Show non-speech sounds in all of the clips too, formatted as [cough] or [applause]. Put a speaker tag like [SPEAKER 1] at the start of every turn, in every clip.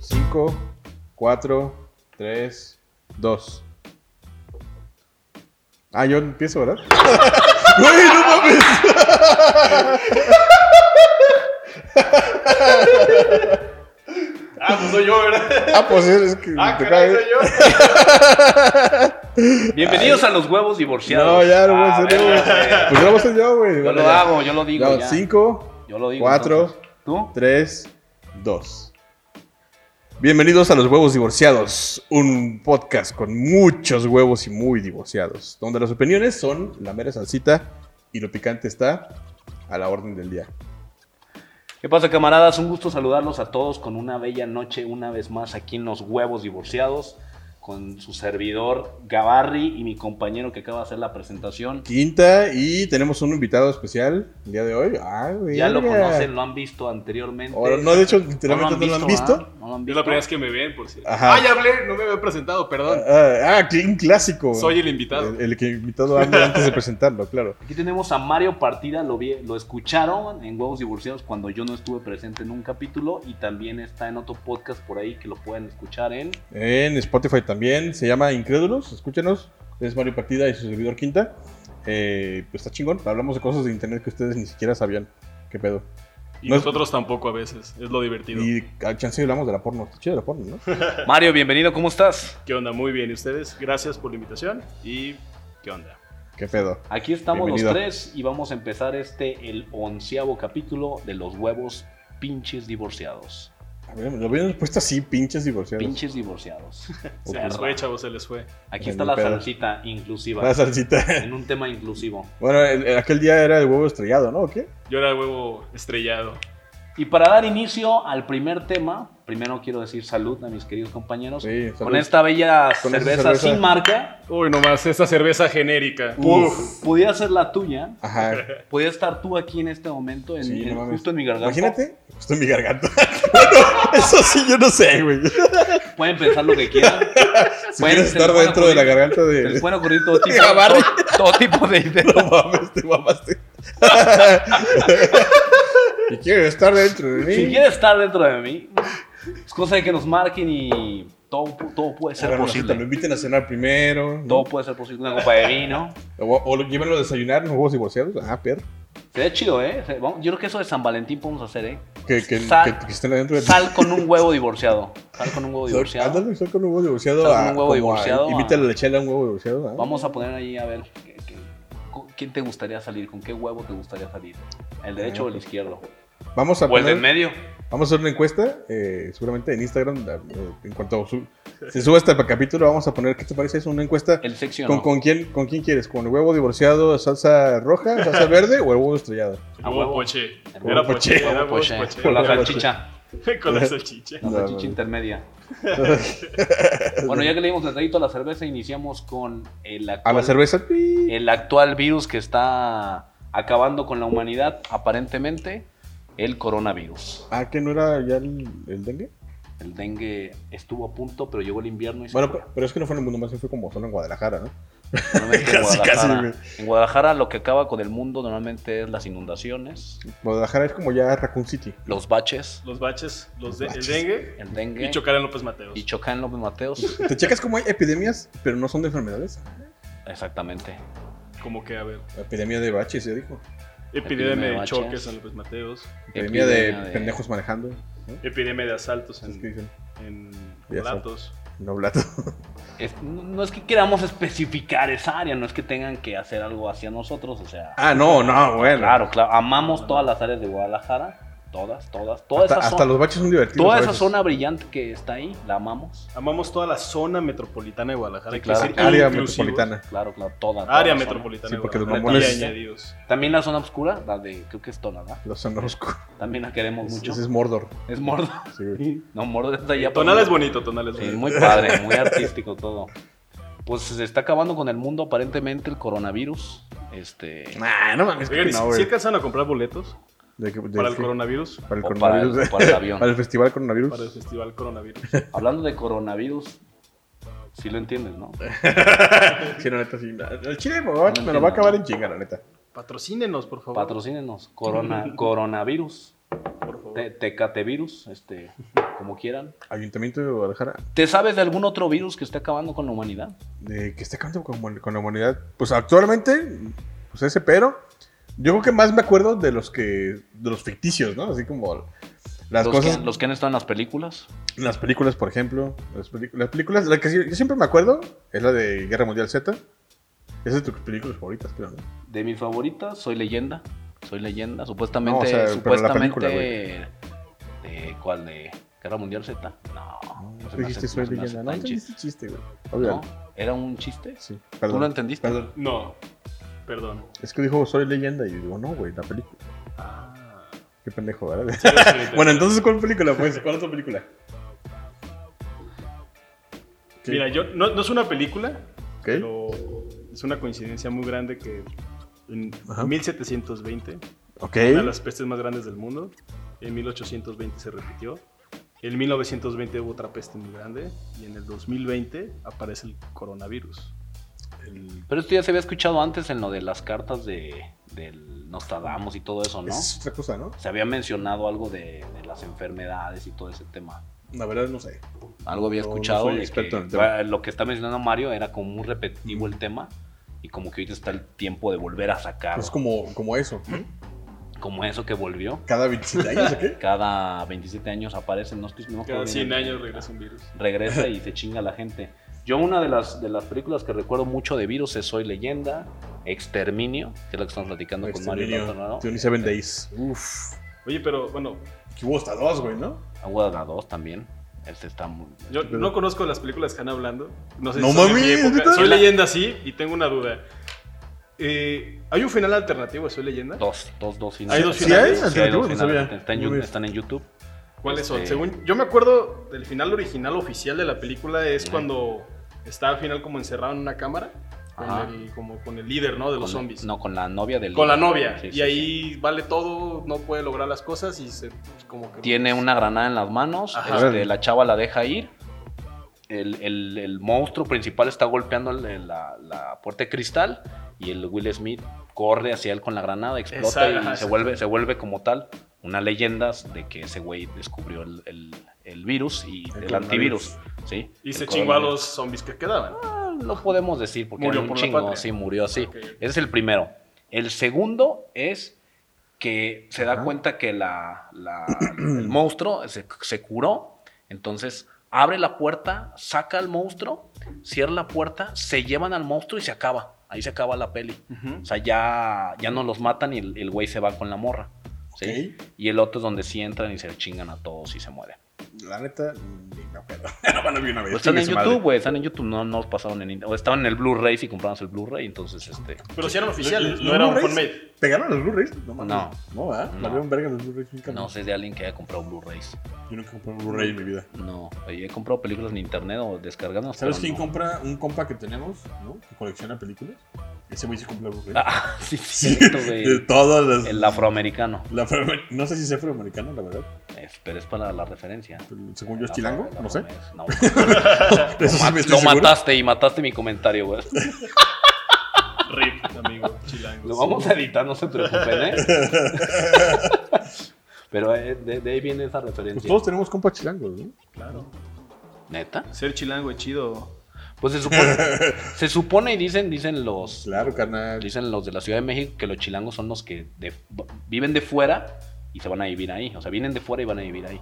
[SPEAKER 1] 5, 4, 3, 2. Ah, yo empiezo, ¿verdad? ¡Güey, no mames!
[SPEAKER 2] Ah, pues soy yo,
[SPEAKER 1] [laughs]
[SPEAKER 2] ¿verdad?
[SPEAKER 1] Ah, pues es que.
[SPEAKER 2] Ah,
[SPEAKER 1] te
[SPEAKER 2] caray,
[SPEAKER 1] cae.
[SPEAKER 2] soy yo. Bienvenidos a los huevos divorciados.
[SPEAKER 1] ¿eh? No, ya no voy a
[SPEAKER 3] Ah,
[SPEAKER 1] hacer yo, güey.
[SPEAKER 3] bueno, bueno.
[SPEAKER 1] Pues yo lo voy a hacer yo, güey.
[SPEAKER 2] Yo lo hago, yo lo digo. ya.
[SPEAKER 1] 5,
[SPEAKER 2] yo lo digo.
[SPEAKER 1] 4,
[SPEAKER 2] entonces. ¿Tú?
[SPEAKER 1] 3, 2. Bienvenidos a Los Huevos Divorciados, un podcast con muchos huevos y muy divorciados, donde las opiniones son la mera salsita y lo picante está a la orden del día.
[SPEAKER 2] ¿Qué pasa, camaradas? Un gusto saludarlos a todos con una bella noche, una vez más aquí en Los Huevos Divorciados, con su servidor Gabarri y mi compañero que acaba de hacer la presentación.
[SPEAKER 1] Quinta, y tenemos un invitado especial el día de hoy. Ah, güey.
[SPEAKER 2] Ya lo conocen, lo han visto anteriormente.
[SPEAKER 1] O no, de hecho,
[SPEAKER 2] No lo
[SPEAKER 1] literalmente
[SPEAKER 2] han
[SPEAKER 1] no lo han
[SPEAKER 2] visto.
[SPEAKER 1] visto.
[SPEAKER 2] ¿ah? No lo han
[SPEAKER 3] Es la
[SPEAKER 2] visto.
[SPEAKER 3] primera vez que me ven, por cierto.
[SPEAKER 1] Ajá.
[SPEAKER 3] Ah, ya hablé, no me había presentado, perdón.
[SPEAKER 1] Ah, ah, que un clásico.
[SPEAKER 3] Soy el invitado.
[SPEAKER 1] El, el que invitado a Andy antes de presentarlo, claro.
[SPEAKER 2] Aquí tenemos a Mario Partida, lo, vi- lo escucharon en Huevos Divorciados cuando yo no estuve presente en un capítulo y también está en otro podcast por ahí que lo pueden escuchar en...
[SPEAKER 1] En Spotify también se llama Incrédulos, escúchenos. Es Mario Partida y su servidor Quinta. Eh, pues está chingón. Hablamos de cosas de internet que ustedes ni siquiera sabían. ¿Qué pedo?
[SPEAKER 3] Y
[SPEAKER 1] No es-
[SPEAKER 3] nosotros tampoco a veces, es lo divertido.
[SPEAKER 1] Y al chance hablamos de la porno. Está chido la porno, ¿no?
[SPEAKER 2] Mario, bienvenido, ¿cómo estás?
[SPEAKER 3] ¿Qué onda? Muy bien, ¿y ustedes? Gracias por la invitación. ¿Y qué onda?
[SPEAKER 1] ¿Qué pedo?
[SPEAKER 2] Aquí estamos
[SPEAKER 1] Bienvenido.
[SPEAKER 2] los tres y vamos a empezar este, el onceavo capítulo de los huevos pinches divorciados.
[SPEAKER 1] A ver, lo habíamos puesto así, pinches divorciados.
[SPEAKER 2] Pinches divorciados. [laughs]
[SPEAKER 3] Se les fue, chavos, se les fue.
[SPEAKER 2] Aquí
[SPEAKER 1] Ni
[SPEAKER 2] está la
[SPEAKER 1] pedo.
[SPEAKER 2] salsita inclusiva.
[SPEAKER 1] La salsita.
[SPEAKER 2] En un tema inclusivo.
[SPEAKER 1] Bueno, el- el- aquel día era el huevo estrellado, ¿no? ¿O qué?
[SPEAKER 3] Yo era huevo estrellado.
[SPEAKER 2] Y para dar inicio al primer tema, primero quiero decir salud a mis queridos compañeros.
[SPEAKER 1] Sí, salud.
[SPEAKER 2] Con esta bella
[SPEAKER 1] Con esa
[SPEAKER 2] cerveza,
[SPEAKER 1] cerveza.
[SPEAKER 2] sin marca,
[SPEAKER 3] Uy, nomás, esa cerveza genérica. Uf.
[SPEAKER 2] pudiera ser la tuya,
[SPEAKER 1] Ajá.
[SPEAKER 2] [laughs] pudiera estar tú aquí en este momento, en,
[SPEAKER 1] Sí,
[SPEAKER 2] en-
[SPEAKER 1] no mames.
[SPEAKER 2] justo en mi garganta.
[SPEAKER 1] Imagínate, justo en mi garganta. [laughs] bueno, eso sí, yo no sé, güey.
[SPEAKER 2] Pueden pensar lo que quieran.
[SPEAKER 1] [laughs] Si
[SPEAKER 2] Bueno,
[SPEAKER 1] quieres
[SPEAKER 2] se les
[SPEAKER 1] estar
[SPEAKER 2] van a
[SPEAKER 1] dentro de la
[SPEAKER 2] ocurrir-
[SPEAKER 1] garganta
[SPEAKER 2] Se les
[SPEAKER 1] de.
[SPEAKER 2] pueden ocurrir todo tipo,
[SPEAKER 1] Gabarri.
[SPEAKER 2] todo, todo tipo de ideas.
[SPEAKER 1] [laughs] No mames, te mamaste. [laughs] y quiero estar dentro de mí.
[SPEAKER 2] Si quieres estar dentro de mí, es cosa de que nos marquen y todo, pu- todo puede ser
[SPEAKER 1] Ahora no sé,
[SPEAKER 2] posible.
[SPEAKER 1] Lo inviten a cenar primero. ¿no?
[SPEAKER 2] Todo puede ser posible. Una copa de vino.
[SPEAKER 1] O, o lo- llévenlo a desayunar en los huevos divorciados. Ah, perro.
[SPEAKER 2] Sería chido, ¿eh? O sea, vamos- Yo creo que eso de San Valentín podemos hacer, ¿eh?
[SPEAKER 1] Que, que,
[SPEAKER 2] Sal-
[SPEAKER 1] que- que estén adentro de ti.
[SPEAKER 2] Sal con un huevo divorciado. Sal con un huevo
[SPEAKER 1] Sal-
[SPEAKER 2] divorciado.
[SPEAKER 1] Pues, Ándale, sal con un huevo divorciado.
[SPEAKER 2] Sal con
[SPEAKER 1] a-
[SPEAKER 2] un huevo
[SPEAKER 1] como a-
[SPEAKER 2] divorciado a-
[SPEAKER 1] Invítale a la chela a un huevo divorciado. ah.
[SPEAKER 2] Vamos a poner ahí a ver qué- qué- con- quién te gustaría salir, con qué huevo te gustaría salir. ¿El derecho o
[SPEAKER 1] Eh, pues,
[SPEAKER 2] el izquierdo?
[SPEAKER 1] Vamos a
[SPEAKER 2] O el de en
[SPEAKER 1] poner-
[SPEAKER 2] medio.
[SPEAKER 1] Vamos a hacer una encuesta, eh, seguramente en Instagram, eh, en cuanto su- se suba este capítulo, vamos a poner, ¿qué te parece? Es una encuesta
[SPEAKER 2] El sección.
[SPEAKER 1] con, con quién, con quién quieres, con el huevo divorciado, salsa roja, salsa verde o el huevo estrellado.
[SPEAKER 3] El
[SPEAKER 2] A
[SPEAKER 3] huevo
[SPEAKER 2] huevo.
[SPEAKER 3] poche.
[SPEAKER 2] El huevo
[SPEAKER 3] Era
[SPEAKER 1] poché.
[SPEAKER 3] poche. Era pues. huevo
[SPEAKER 2] poche,
[SPEAKER 3] poché.
[SPEAKER 2] Ah, pues, eh, Con la
[SPEAKER 1] Huevo poché.
[SPEAKER 2] salchicha.
[SPEAKER 3] [laughs] Con la salchicha.
[SPEAKER 2] La
[SPEAKER 1] No,
[SPEAKER 2] salchicha
[SPEAKER 1] no, no.
[SPEAKER 2] intermedia.
[SPEAKER 1] [laughs]
[SPEAKER 2] bueno, ya que le dimos el traguito a la cerveza, iniciamos con el
[SPEAKER 1] A
[SPEAKER 2] actual,
[SPEAKER 1] la cerveza, pi.
[SPEAKER 2] el actual virus que está acabando con la humanidad, aparentemente, el coronavirus.
[SPEAKER 1] Ah, que no era ya el, el dengue.
[SPEAKER 2] El dengue estuvo a punto, pero llegó el invierno y se
[SPEAKER 1] Bueno,
[SPEAKER 2] fue.
[SPEAKER 1] pero, pero es que no fue en el mundo más, bien fue como solo en Guadalajara, ¿no?
[SPEAKER 2] Normalmente en,
[SPEAKER 1] Casi,
[SPEAKER 2] Guadalajara,
[SPEAKER 1] casi,
[SPEAKER 2] en Guadalajara lo que acaba con el mundo normalmente es las inundaciones,
[SPEAKER 1] Guadalajara es como ya Raccoon City.
[SPEAKER 2] los baches,
[SPEAKER 3] Los baches, los de, el
[SPEAKER 1] Baches.
[SPEAKER 3] dengue
[SPEAKER 2] el dengue
[SPEAKER 3] y chocar en López Mateos.
[SPEAKER 2] y Chocán López Mateos.
[SPEAKER 1] Te checas como hay epidemias, pero no son de enfermedades.
[SPEAKER 2] Exactamente.
[SPEAKER 3] Como que, a ver,
[SPEAKER 1] Epidemia de baches, ya dijo.
[SPEAKER 2] Epidemia
[SPEAKER 3] epidemia
[SPEAKER 2] de
[SPEAKER 3] de
[SPEAKER 2] baches.
[SPEAKER 3] choques en López Mateos.
[SPEAKER 1] Epidemia,
[SPEAKER 2] Epidemia
[SPEAKER 1] de,
[SPEAKER 2] de-
[SPEAKER 1] pendejos manejando. ¿no?
[SPEAKER 3] Epidemia de asaltos
[SPEAKER 1] Es que
[SPEAKER 3] en,
[SPEAKER 1] dicen,
[SPEAKER 3] en
[SPEAKER 1] De
[SPEAKER 3] Latos.
[SPEAKER 1] no blato.
[SPEAKER 2] Es- no no es que queramos especificar esa área, no es que tengan que hacer algo hacia nosotros, o sea,
[SPEAKER 1] [laughs] Ah, no, no, bueno.
[SPEAKER 2] claro, claro, amamos todas las áreas de Guadalajara, todas, todas, toda
[SPEAKER 1] hasta,
[SPEAKER 2] esa
[SPEAKER 1] hasta
[SPEAKER 2] zona,
[SPEAKER 1] los baches son divertidos.
[SPEAKER 2] toda
[SPEAKER 1] a
[SPEAKER 2] esa
[SPEAKER 1] veces.
[SPEAKER 2] zona brillante que está ahí, la amamos,
[SPEAKER 3] Amamos toda la zona metropolitana de Guadalajara.
[SPEAKER 2] Sí,
[SPEAKER 3] hay que
[SPEAKER 2] claro.
[SPEAKER 3] ser
[SPEAKER 1] Área
[SPEAKER 3] inclusivos.
[SPEAKER 1] metropolitana.
[SPEAKER 2] claro, claro, toda, toda
[SPEAKER 3] Área
[SPEAKER 2] la zona.
[SPEAKER 3] metropolitana.
[SPEAKER 1] Sí,
[SPEAKER 3] de
[SPEAKER 1] porque los
[SPEAKER 3] Guadalajara.
[SPEAKER 1] mamones-
[SPEAKER 3] Y añadidos.
[SPEAKER 2] También la zona oscura, la de creo que es Tonalá,
[SPEAKER 1] La zona oscura.
[SPEAKER 2] también la queremos
[SPEAKER 1] Ese
[SPEAKER 2] mucho.
[SPEAKER 1] es Mordor.
[SPEAKER 2] Es Mordo.
[SPEAKER 1] Sí, güey.
[SPEAKER 2] No, Mordo está allá.
[SPEAKER 3] Tonal es
[SPEAKER 2] pero-
[SPEAKER 3] bonito, Tonal es
[SPEAKER 2] Sí,
[SPEAKER 3] bonito.
[SPEAKER 2] muy padre, muy artístico todo. Pues se está acabando con el mundo aparentemente el coronavirus. Este.
[SPEAKER 1] Nah, no mames.
[SPEAKER 3] Oigan,
[SPEAKER 1] que
[SPEAKER 3] ¿y si-
[SPEAKER 1] no, güey.
[SPEAKER 3] si alcanzan a comprar boletos
[SPEAKER 1] De que- de
[SPEAKER 3] para el
[SPEAKER 1] que-
[SPEAKER 3] coronavirus?
[SPEAKER 1] Para el
[SPEAKER 2] O para
[SPEAKER 1] coronavirus.
[SPEAKER 2] el- para
[SPEAKER 1] [laughs]
[SPEAKER 2] el avión.
[SPEAKER 1] Para el festival coronavirus.
[SPEAKER 3] Para el festival coronavirus.
[SPEAKER 2] Hablando de coronavirus, sí lo entiendes, ¿no?
[SPEAKER 1] Sí, la neta, sí. El chile me va-
[SPEAKER 2] No
[SPEAKER 1] me lo va a
[SPEAKER 2] entiendo.
[SPEAKER 1] acabar en chinga, la neta.
[SPEAKER 3] Patrocínenos, por favor.
[SPEAKER 2] Patrocínenos. Corona, coronavirus.
[SPEAKER 3] por favor.
[SPEAKER 2] te- tecatevirus. Este. como quieran.
[SPEAKER 1] Ayuntamiento de Guadalajara,
[SPEAKER 2] ¿Te sabes de algún otro virus que esté acabando con la humanidad?
[SPEAKER 1] de que está acabando con, con la humanidad. Pues actualmente, pues ese pero. Yo creo que más me acuerdo de los que. de los ficticios, ¿no? Así como las
[SPEAKER 2] los,
[SPEAKER 1] cosas.
[SPEAKER 2] que, los que han estado en las películas.
[SPEAKER 1] Las películas, por ejemplo. Las, pelic- las películas. La que sí- yo siempre me acuerdo es la de Guerra Mundial Z. Esa es de tus películas favoritas, creo, ¿no?
[SPEAKER 2] De mis favoritas, Soy Leyenda. Soy Leyenda. Supuestamente.
[SPEAKER 1] No, o sea, pero la
[SPEAKER 2] supuestamente.
[SPEAKER 1] película,
[SPEAKER 2] de, ¿Cuál? ¿De Guerra Mundial Z? No. no se me hace-
[SPEAKER 1] Ah, pues dijiste soy
[SPEAKER 2] no se me hace
[SPEAKER 1] leyenda. No,
[SPEAKER 2] tan
[SPEAKER 1] no
[SPEAKER 2] chiste.
[SPEAKER 1] dijiste chiste, güey.
[SPEAKER 2] ¿No?
[SPEAKER 1] Obvio.
[SPEAKER 2] ¿Era un chiste?
[SPEAKER 1] Sí.
[SPEAKER 2] ¿Tú lo entendiste?
[SPEAKER 1] Perdón.
[SPEAKER 3] No, perdón.
[SPEAKER 1] Es que dijo soy leyenda y yo digo, no, güey, la película.
[SPEAKER 3] Ah,
[SPEAKER 1] [laughs] Qué pendejo, ¿verdad?
[SPEAKER 3] Sí, sí,
[SPEAKER 1] [laughs]
[SPEAKER 3] sí.
[SPEAKER 1] bueno, entonces, ¿cuál película? Pues, ¿cuál otra película? ¿Qué?
[SPEAKER 3] Mira, yo, no, no es una película,
[SPEAKER 1] ¿Ok?
[SPEAKER 3] pero es una coincidencia muy grande que en
[SPEAKER 1] Ajá.
[SPEAKER 3] 1720,
[SPEAKER 1] Ok.
[SPEAKER 3] una de las pestes más grandes del mundo, en 1820 se repitió, en 1920 hubo otra peste muy grande y en el 2020 aparece el coronavirus. El-
[SPEAKER 2] Pero esto ya se había escuchado antes en lo de las cartas de, del Nostradamus y todo eso, ¿no?
[SPEAKER 1] Es otra cosa, ¿no?
[SPEAKER 2] Se había mencionado algo de, de las enfermedades y todo ese tema.
[SPEAKER 1] La verdad no sé.
[SPEAKER 2] Algo había
[SPEAKER 1] Oh, No, no
[SPEAKER 2] escuchado.
[SPEAKER 1] soy
[SPEAKER 2] de
[SPEAKER 1] experto
[SPEAKER 2] que,
[SPEAKER 1] en el tema.
[SPEAKER 2] bueno, lo que está mencionando Mario era como muy repetitivo el tema. Y como que ahorita está el tiempo de volver a sacar
[SPEAKER 1] Es como, como eso.
[SPEAKER 2] ¿Mm? como eso que volvió.
[SPEAKER 1] Cada 27 años, ¿o qué?
[SPEAKER 2] Cada 27 años aparece, no estoy no me acuerdo
[SPEAKER 3] Cada 100
[SPEAKER 2] bien el-
[SPEAKER 3] años regresa un virus.
[SPEAKER 2] regresa
[SPEAKER 3] [laughs]
[SPEAKER 2] y se chinga la gente. Yo una de las, de las películas que recuerdo mucho de virus es Soy Leyenda, Exterminio, que es la que estamos platicando
[SPEAKER 1] Este,
[SPEAKER 2] con Mario Tontonaro.
[SPEAKER 1] 27 Days. Uf.
[SPEAKER 3] Oye, pero bueno,
[SPEAKER 1] Que hubo hasta dos, güey, ¿no?
[SPEAKER 2] Eh, Agua de la 2 también. Este está muy...
[SPEAKER 3] yo no conozco las películas que están hablando. No sé si
[SPEAKER 1] No
[SPEAKER 3] son de
[SPEAKER 1] mames,
[SPEAKER 3] mi época.
[SPEAKER 1] ¿neta?
[SPEAKER 3] Soy leyenda, sí, y tengo una duda. Eh, ¿Hay un final alternativo a Soy leyenda?
[SPEAKER 2] Dos, dos, dos
[SPEAKER 3] ¿Hay
[SPEAKER 2] finales.
[SPEAKER 3] dos
[SPEAKER 2] Sí,
[SPEAKER 3] finales?
[SPEAKER 2] sí, hay dos
[SPEAKER 1] Alternativos, no
[SPEAKER 2] finales.
[SPEAKER 1] sabía.
[SPEAKER 2] Está en
[SPEAKER 1] No
[SPEAKER 2] Yu-
[SPEAKER 1] ves.
[SPEAKER 2] están en YouTube.
[SPEAKER 3] ¿Cuáles son?
[SPEAKER 2] Este-
[SPEAKER 3] Según yo me acuerdo del final original oficial de la película es cuando está al final como encerrado en una cámara con
[SPEAKER 2] Ajá.
[SPEAKER 3] el, como con el líder, ¿no? De los
[SPEAKER 2] Con-
[SPEAKER 3] zombies.
[SPEAKER 2] No, con la novia del...
[SPEAKER 3] Con la novia.
[SPEAKER 2] Sí,
[SPEAKER 3] y
[SPEAKER 2] sí, sí.
[SPEAKER 3] ahí vale todo, no puede lograr las cosas y se pues, como que
[SPEAKER 2] Tiene una granada en las manos,
[SPEAKER 3] Ajá.
[SPEAKER 2] este, la chava la deja ir. El, el- el monstruo principal está golpeando el- el- la, la puerta de cristal y el Will Smith corre hacia él con la granada, explota
[SPEAKER 3] Exacto,
[SPEAKER 2] y
[SPEAKER 3] ajá,
[SPEAKER 2] se vuelve, se vuelve como tal una leyenda de que ese güey descubrió el, el- el virus y
[SPEAKER 1] El
[SPEAKER 2] el, antivirus. ¿sí?
[SPEAKER 3] y
[SPEAKER 2] El
[SPEAKER 3] se chingó a
[SPEAKER 2] coronavirus.
[SPEAKER 3] los zombies que quedaban.
[SPEAKER 2] Ah, No podemos decir porque
[SPEAKER 3] Murió
[SPEAKER 2] era un
[SPEAKER 3] por la
[SPEAKER 2] chingo,
[SPEAKER 3] patria.
[SPEAKER 2] sí, murió así.
[SPEAKER 3] Ok.
[SPEAKER 2] Ese es el primero. El segundo es que se da
[SPEAKER 1] Ajá.
[SPEAKER 2] cuenta que la, la- el [clears throat] monstruo se, se curó, entonces abre la puerta, saca al monstruo, cierra la puerta, se llevan al monstruo y se acaba. Ahí se acaba la peli. O sea, ya, ya no los matan y el el güey se va con la morra. ¿sí?
[SPEAKER 1] Ok.
[SPEAKER 2] Y el otro es donde sí entran y se chingan a todos y se mueren.
[SPEAKER 1] La neta, ni me [laughs] acuerdo. bueno, vi una vez.
[SPEAKER 2] Pues están
[SPEAKER 1] Chingue
[SPEAKER 2] en
[SPEAKER 1] su madre.
[SPEAKER 2] YouTube, güey. Están en YouTube. No, no los pasaron en internet. O estaban en el Blu-ray si compramos el Blu-ray. Entonces, este.
[SPEAKER 3] Pero si eran oficiales,
[SPEAKER 1] ¿Los
[SPEAKER 3] no era un
[SPEAKER 1] Blu-rays?
[SPEAKER 3] fanmade.
[SPEAKER 1] ¿Pegaron los Blu-rays? No, mames.
[SPEAKER 2] No.
[SPEAKER 1] No, ¿verdad?
[SPEAKER 2] No.
[SPEAKER 1] La veo en verga los Blu-rays. nunca me-
[SPEAKER 2] No sé de alguien que haya comprado Blu-rays.
[SPEAKER 1] Yo nunca compré un Blu-ray en mi vida.
[SPEAKER 2] No. He comprado películas en internet o descargándolas.
[SPEAKER 1] ¿Sabes
[SPEAKER 2] pero
[SPEAKER 1] quién
[SPEAKER 2] no.
[SPEAKER 1] compra un compa que tenemos, ¿no? Que colecciona películas? Ese güey sí compra Blu-ray.
[SPEAKER 2] [laughs] Ah, sí, sí. cierto,
[SPEAKER 1] de [laughs]
[SPEAKER 2] güey.
[SPEAKER 1] todas las.
[SPEAKER 2] El afroamericano.
[SPEAKER 1] la afroamer- no sé si es afroamericano, la verdad.
[SPEAKER 2] Es- pero es para la referencia.
[SPEAKER 1] pero según yo es
[SPEAKER 2] El
[SPEAKER 1] chilango,
[SPEAKER 2] afro- el
[SPEAKER 1] no sé. [laughs]
[SPEAKER 2] afroamer- No,
[SPEAKER 1] De eso sí me estoy
[SPEAKER 2] lo
[SPEAKER 1] seguro.
[SPEAKER 2] mataste y mataste mi
[SPEAKER 1] [laughs]
[SPEAKER 2] comentario, güey.
[SPEAKER 3] [laughs] Rip, amigo, chilango.
[SPEAKER 2] Lo
[SPEAKER 3] Sí.
[SPEAKER 2] vamos a editar, no se preocupen,
[SPEAKER 1] [laughs]
[SPEAKER 2] ¿eh? Pero eh, de, de ahí viene esa
[SPEAKER 1] Pues
[SPEAKER 2] referencia.
[SPEAKER 1] todos tenemos compas chilangos, ¿no?
[SPEAKER 3] Claro.
[SPEAKER 2] ¿Neta?
[SPEAKER 3] Ser chilango es chido.
[SPEAKER 2] Pues se
[SPEAKER 1] [laughs]
[SPEAKER 2] supone, se supone y dicen, dicen los,
[SPEAKER 1] Claro, carnal.
[SPEAKER 2] dicen los de la Ciudad de México que los chilangos son los que de- viven de fuera y se van a vivir ahí. O sea, vienen de fuera y van a vivir ahí.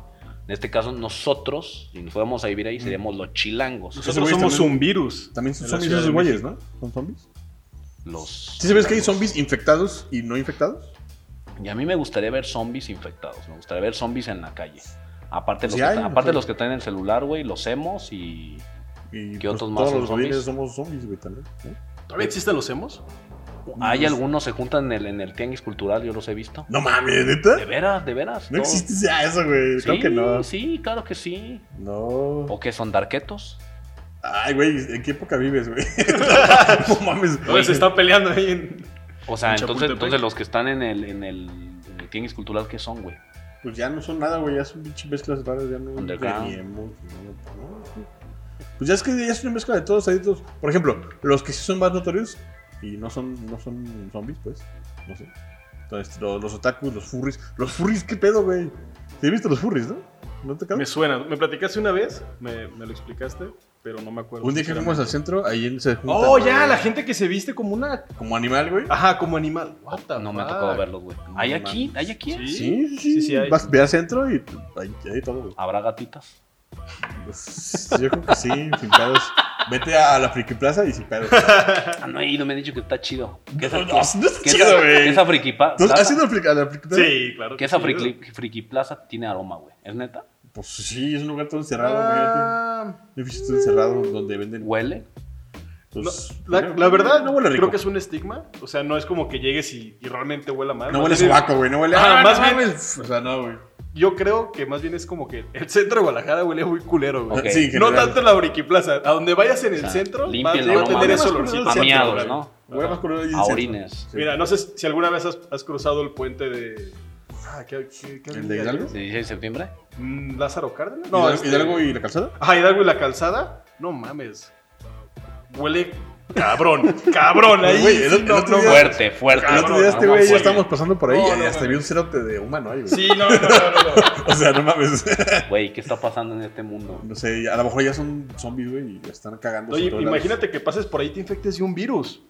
[SPEAKER 2] En este caso, nosotros, si nos fuéramos a vivir
[SPEAKER 1] Mm.
[SPEAKER 2] ahí, seríamos los chilangos.
[SPEAKER 1] Esos
[SPEAKER 3] Nosotros
[SPEAKER 1] güeyes
[SPEAKER 3] somos
[SPEAKER 1] también-
[SPEAKER 3] un virus.
[SPEAKER 1] También son
[SPEAKER 3] en la
[SPEAKER 1] zombies
[SPEAKER 3] Ciudad
[SPEAKER 1] esos
[SPEAKER 3] de
[SPEAKER 1] güeyes,
[SPEAKER 3] México.
[SPEAKER 1] ¿no? ¿Son zombies?
[SPEAKER 2] Los
[SPEAKER 1] ¿Sí sabes que hay
[SPEAKER 2] chilangos.
[SPEAKER 1] zombies infectados y no infectados?
[SPEAKER 2] Y a mí me gustaría ver zombies infectados. Me gustaría ver zombies en la calle. Aparte, los,
[SPEAKER 1] Sí
[SPEAKER 2] que,
[SPEAKER 1] hay,
[SPEAKER 2] tra-
[SPEAKER 1] o
[SPEAKER 2] aparte
[SPEAKER 1] sea.
[SPEAKER 2] los que traen el celular, güey, los hemos y.
[SPEAKER 1] Y pues,
[SPEAKER 2] ¿Qué otros más
[SPEAKER 1] todos
[SPEAKER 2] son
[SPEAKER 1] los
[SPEAKER 2] zombies?
[SPEAKER 1] godines somos zombies, güey, también. ¿no?
[SPEAKER 3] ¿Todavía existen los hemos?
[SPEAKER 2] Hay algunos se juntan en el, en el tianguis cultural, yo los he visto.
[SPEAKER 1] No mames, ¿neta?
[SPEAKER 2] De veras, de veras.
[SPEAKER 1] No
[SPEAKER 2] todo.
[SPEAKER 1] existe ya eso, güey. Creo que no.
[SPEAKER 2] Sí, Oh. claro que sí.
[SPEAKER 1] No.
[SPEAKER 2] ¿O que son darquetos?
[SPEAKER 1] Ay, güey, ¿en qué época vives,
[SPEAKER 2] [laughs]
[SPEAKER 1] güey? no mames.
[SPEAKER 3] Todavía se están peleando ahí en...
[SPEAKER 2] O sea,
[SPEAKER 3] En
[SPEAKER 2] entonces,
[SPEAKER 3] Chapultepec.
[SPEAKER 2] entonces los que están en el, en el, en el tianguis cultural, ¿qué son, güey?
[SPEAKER 1] Pues ya no son nada, güey. Ya son pinches mezclas raras. Ya no
[SPEAKER 2] Underground.
[SPEAKER 1] creemos, no, no. Pues ya es que ya es una mezcla de todos. Hay todos. Por ejemplo, los que sí son más notorios y no son, no son zombies, pues. No sé. Entonces, lo- los, otakus, los furries. Los furries, ¿qué pedo, güey? ¿Sí viste los furries, no? ¿No te cabe?
[SPEAKER 3] Me suena. Me platicaste una vez, me, me lo explicaste, pero no me acuerdo.
[SPEAKER 1] Un día que fuimos al
[SPEAKER 3] sinceramente.
[SPEAKER 1] centro, ahí se juntan.
[SPEAKER 3] Oh, ya, la gente Ah, que se viste como una.
[SPEAKER 1] Como animal, güey.
[SPEAKER 3] Ajá, como animal. What the
[SPEAKER 2] No me ha
[SPEAKER 3] fuck?
[SPEAKER 2] tocado verlos, güey. ¿Hay aquí? ¿Hay aquí?
[SPEAKER 3] Sí.
[SPEAKER 1] Sí, sí, sí.
[SPEAKER 3] Sí, sí hay.
[SPEAKER 1] Vas, ve al centro y pues, ahí ahí hay todo, güey.
[SPEAKER 2] ¿Habrá gatitas?
[SPEAKER 1] Pues, yo creo que sí, sin pedos. Vete a la Friki Plaza y sin
[SPEAKER 2] [laughs]
[SPEAKER 1] pedos.
[SPEAKER 2] Ah, no he ido, me han dicho que está chido.
[SPEAKER 1] No,
[SPEAKER 2] ¿Qué
[SPEAKER 1] no, no está
[SPEAKER 2] que
[SPEAKER 1] chido,
[SPEAKER 2] esa, que
[SPEAKER 1] güey.
[SPEAKER 2] esa friki pa-
[SPEAKER 1] ¿Tú
[SPEAKER 2] plaza-
[SPEAKER 1] ¿Has ido a la Friki- a la Friki Plaza?
[SPEAKER 3] Sí, claro.
[SPEAKER 2] que esa
[SPEAKER 3] sí.
[SPEAKER 2] friki, friki plaza tiene aroma, güey. ¿Es neta?
[SPEAKER 1] Pues sí, es un lugar todo encerrado, güey.
[SPEAKER 3] Ah,
[SPEAKER 1] Un edificio todo encerrado donde venden.
[SPEAKER 2] ¿Huele?
[SPEAKER 3] no,
[SPEAKER 1] pues,
[SPEAKER 3] la, la verdad,
[SPEAKER 1] no huele rico.
[SPEAKER 3] creo que es un estigma. O sea, no es como que llegues y, y realmente huela mal.
[SPEAKER 1] No
[SPEAKER 3] Más
[SPEAKER 1] huele a
[SPEAKER 3] bien,
[SPEAKER 1] sobaco, güey. No huele
[SPEAKER 3] Ah,
[SPEAKER 1] ah,
[SPEAKER 3] más
[SPEAKER 1] no
[SPEAKER 3] bien-
[SPEAKER 1] mames. O sea, no, güey.
[SPEAKER 3] Yo creo que más bien es como que el centro de Guadalajara huele muy culero, güey.
[SPEAKER 2] Ok.
[SPEAKER 1] [laughs] Sí, en
[SPEAKER 3] No
[SPEAKER 1] general.
[SPEAKER 3] tanto la Briquiplaza. A donde vayas en el
[SPEAKER 2] sea,
[SPEAKER 3] centro,
[SPEAKER 2] límpienlo,
[SPEAKER 3] vas
[SPEAKER 2] no
[SPEAKER 3] a tener
[SPEAKER 2] mames.
[SPEAKER 1] Sí,
[SPEAKER 3] ese olorcito.
[SPEAKER 1] sí,
[SPEAKER 2] A
[SPEAKER 1] sí,
[SPEAKER 2] miados,
[SPEAKER 1] sí,
[SPEAKER 2] ¿no?
[SPEAKER 1] Huele más colorido y
[SPEAKER 2] A
[SPEAKER 1] insecto.
[SPEAKER 2] orines.
[SPEAKER 1] Sí.
[SPEAKER 3] Mira, no sé si alguna vez has, has cruzado el puente de. Ah, ¿qué, qué- qué
[SPEAKER 1] ¿El
[SPEAKER 3] avenida
[SPEAKER 1] de Hidalgo?
[SPEAKER 3] es?
[SPEAKER 2] ¿De 16 de septiembre?
[SPEAKER 3] Mm, ¿Lázaro Cárdenas?
[SPEAKER 1] No,
[SPEAKER 3] este-
[SPEAKER 1] Hidalgo y la calzada.
[SPEAKER 3] Ajá, Ah, Hidalgo y la calzada. No mames. Huele cabrón, cabrón. Ahí.
[SPEAKER 1] Güey, el-
[SPEAKER 3] sí,
[SPEAKER 1] el
[SPEAKER 3] no,
[SPEAKER 1] otro
[SPEAKER 3] no,
[SPEAKER 1] día-
[SPEAKER 2] Fuerte, fuerte.
[SPEAKER 1] El otro día este
[SPEAKER 2] Ah, No,
[SPEAKER 1] güey ya
[SPEAKER 2] fuerte.
[SPEAKER 1] estábamos pasando por ahí
[SPEAKER 3] No,
[SPEAKER 1] y
[SPEAKER 3] no,
[SPEAKER 1] hasta
[SPEAKER 3] no.
[SPEAKER 1] vi un cerote de humano ahí, güey.
[SPEAKER 3] Sí, no, no, no, no, no.
[SPEAKER 1] [laughs] O sea, no mames. [laughs]
[SPEAKER 2] Güey, ¿qué está pasando en este mundo?
[SPEAKER 1] No sé, a lo mejor ya son zombies, güey, y ya están cagando.
[SPEAKER 3] Oye, imagínate que pases por ahí y te infectes de un virus.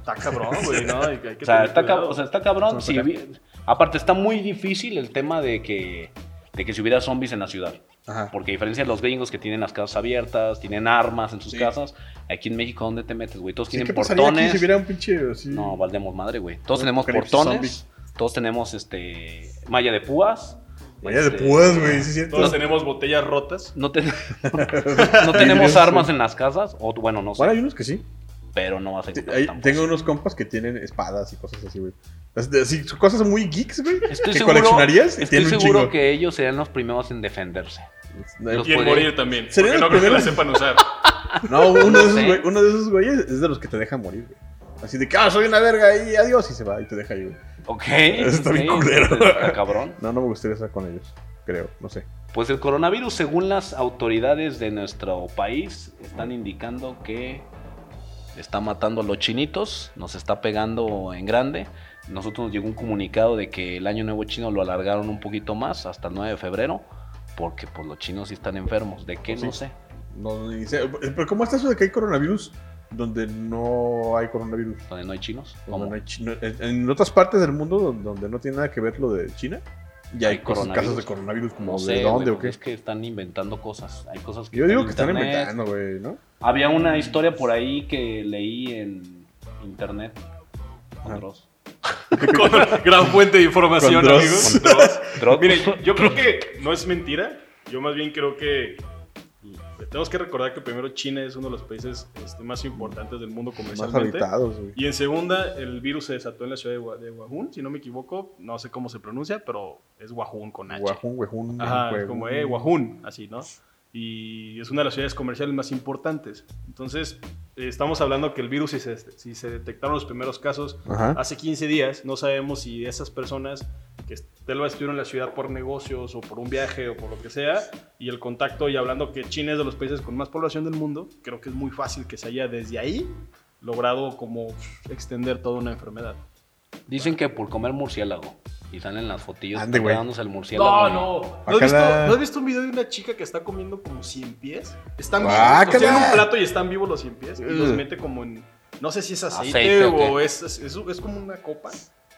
[SPEAKER 3] Está cabrón, güey, ¿no? Hay que
[SPEAKER 2] O sea,
[SPEAKER 3] tener
[SPEAKER 2] está, cab-
[SPEAKER 3] cuidado.
[SPEAKER 2] o sea, está cabrón.
[SPEAKER 1] Vamos
[SPEAKER 2] sí,
[SPEAKER 1] acá.
[SPEAKER 2] vi- aparte, está muy difícil el tema de que, de que si hubiera zombies en la ciudad.
[SPEAKER 1] Ajá.
[SPEAKER 2] Porque a diferencia de los gringos que tienen las casas abiertas, tienen armas en sus
[SPEAKER 1] Sí.
[SPEAKER 2] casas, aquí en México, ¿dónde te metes, güey? Todos
[SPEAKER 1] Sí,
[SPEAKER 2] tienen
[SPEAKER 1] ¿Qué pasaría aquí
[SPEAKER 2] portones.
[SPEAKER 1] si hubiera un pinche así?
[SPEAKER 2] No, valdemos madre, güey. Todos
[SPEAKER 1] Un
[SPEAKER 2] tenemos
[SPEAKER 1] apocalipsis
[SPEAKER 2] portones, todos tenemos este malla de púas.
[SPEAKER 1] Vaya de
[SPEAKER 2] este,
[SPEAKER 1] púas, güey, sí, es cierto.
[SPEAKER 3] Todos tenemos botellas rotas.
[SPEAKER 1] [laughs]
[SPEAKER 2] No, ten- [laughs] no tenemos
[SPEAKER 1] Vidrios,
[SPEAKER 2] armas
[SPEAKER 1] güey.
[SPEAKER 2] en las casas, o bueno, no sé,
[SPEAKER 1] Bueno, hay unos que sí.
[SPEAKER 2] pero no vas a
[SPEAKER 1] Te-
[SPEAKER 2] encontrar
[SPEAKER 1] hay-
[SPEAKER 2] tampoco.
[SPEAKER 1] tengo unos compas que tienen espadas y cosas así, güey. Las de- Así, son cosas muy geeks, güey.
[SPEAKER 2] Estoy
[SPEAKER 1] que
[SPEAKER 2] seguro-
[SPEAKER 1] coleccionarías y
[SPEAKER 2] Estoy
[SPEAKER 1] tienen un
[SPEAKER 2] seguro
[SPEAKER 1] chingo.
[SPEAKER 2] que ellos serían los primeros en defenderse.
[SPEAKER 1] No,
[SPEAKER 2] los
[SPEAKER 3] Y en
[SPEAKER 2] puede-
[SPEAKER 3] morir también.
[SPEAKER 1] Serían
[SPEAKER 3] Porque no
[SPEAKER 1] los
[SPEAKER 3] creo que la
[SPEAKER 1] primeros.
[SPEAKER 3] sepan usar. [laughs]
[SPEAKER 2] [laughs]
[SPEAKER 1] no, uno, de
[SPEAKER 2] No
[SPEAKER 1] esos,
[SPEAKER 2] sé.
[SPEAKER 1] güey, uno de esos güeyes es de los que te deja morir, güey. Así de que, ah, soy una verga ahí, adiós, y se va y te deja ahí, güey.
[SPEAKER 2] Ok.
[SPEAKER 1] está bien
[SPEAKER 2] ok,
[SPEAKER 1] culero.
[SPEAKER 2] Está cabrón.
[SPEAKER 1] No, no me gustaría estar con ellos, creo, no sé.
[SPEAKER 2] Pues el coronavirus, según las autoridades de nuestro país, están indicando que está matando a los chinitos, nos está pegando en grande. Nosotros nos llegó un comunicado de que el año nuevo chino lo alargaron un poquito más hasta el 9 de febrero, porque pues los chinos sí están enfermos. ¿De qué?
[SPEAKER 1] Pues Sí.
[SPEAKER 2] No sé.
[SPEAKER 1] No, ni sé. Pero ¿cómo está eso de que hay coronavirus donde no hay coronavirus?
[SPEAKER 2] Donde no hay chinos.
[SPEAKER 1] Donde
[SPEAKER 2] ¿Cómo?
[SPEAKER 1] no hay chi- no- en, en otras partes del mundo don- donde no tiene nada que ver lo de China, ya hay,
[SPEAKER 2] Hay
[SPEAKER 1] cosas-
[SPEAKER 2] coronavirus.
[SPEAKER 1] casos de coronavirus como
[SPEAKER 2] No
[SPEAKER 1] de
[SPEAKER 2] sé,
[SPEAKER 1] dónde
[SPEAKER 2] güey,
[SPEAKER 1] o qué.
[SPEAKER 2] es que están inventando cosas. Hay cosas que
[SPEAKER 1] Yo digo que
[SPEAKER 2] están
[SPEAKER 1] están
[SPEAKER 2] en internet,
[SPEAKER 1] inventando, güey, ¿no?
[SPEAKER 2] Había una historia por ahí que leí en internet. Con
[SPEAKER 1] Ajá.
[SPEAKER 2] Dross.
[SPEAKER 3] Con gran fuente de información,
[SPEAKER 1] Con Dross.
[SPEAKER 3] amigos. Con Dross.
[SPEAKER 2] Dross.
[SPEAKER 3] Mire, yo- yo creo que no es mentira. Yo más bien creo que tenemos que recordar que primero China es uno de los países este, más importantes del mundo
[SPEAKER 1] Más
[SPEAKER 3] comercialmente.
[SPEAKER 1] habitados, güey.
[SPEAKER 3] Y en segunda, el virus se desató en la ciudad de Gua- de Guajún, si no me equivoco. No sé cómo se pronuncia, pero es Guajún con H.
[SPEAKER 1] Guajún, guajún,
[SPEAKER 3] Ajá,
[SPEAKER 1] güejún.
[SPEAKER 3] como, eh, Guajún, así, ¿no? Y es una de las ciudades comerciales más importantes. Entonces, eh, estamos hablando que el virus, si se, si se detectaron los primeros casos
[SPEAKER 1] Ajá.
[SPEAKER 3] hace 15 días, no sabemos si esas personas que tal vez estuvieron en la ciudad por negocios o por un viaje o por lo que sea, y el contacto, y hablando que China es de los países con más población del mundo, creo que es muy fácil que se haya desde ahí logrado como extender toda una enfermedad.
[SPEAKER 2] Dicen que por comer murciélago. Y salen las fotillos
[SPEAKER 1] Ande, güey.
[SPEAKER 2] dándose el
[SPEAKER 3] No,
[SPEAKER 2] murciélago. y-
[SPEAKER 3] no. ¿No has, visto,
[SPEAKER 1] Guácala.
[SPEAKER 3] no has visto un video de una chica que está comiendo como 100 pies? Están
[SPEAKER 1] Guácala.
[SPEAKER 3] vivos. Tienen un plato y están vivos los 100 pies. Y los
[SPEAKER 1] Ah, Ugh.
[SPEAKER 3] mete como en. No sé si es aceite,
[SPEAKER 2] Aceite, ¿o
[SPEAKER 3] o,
[SPEAKER 2] qué?
[SPEAKER 3] es, es, es- es como una copa.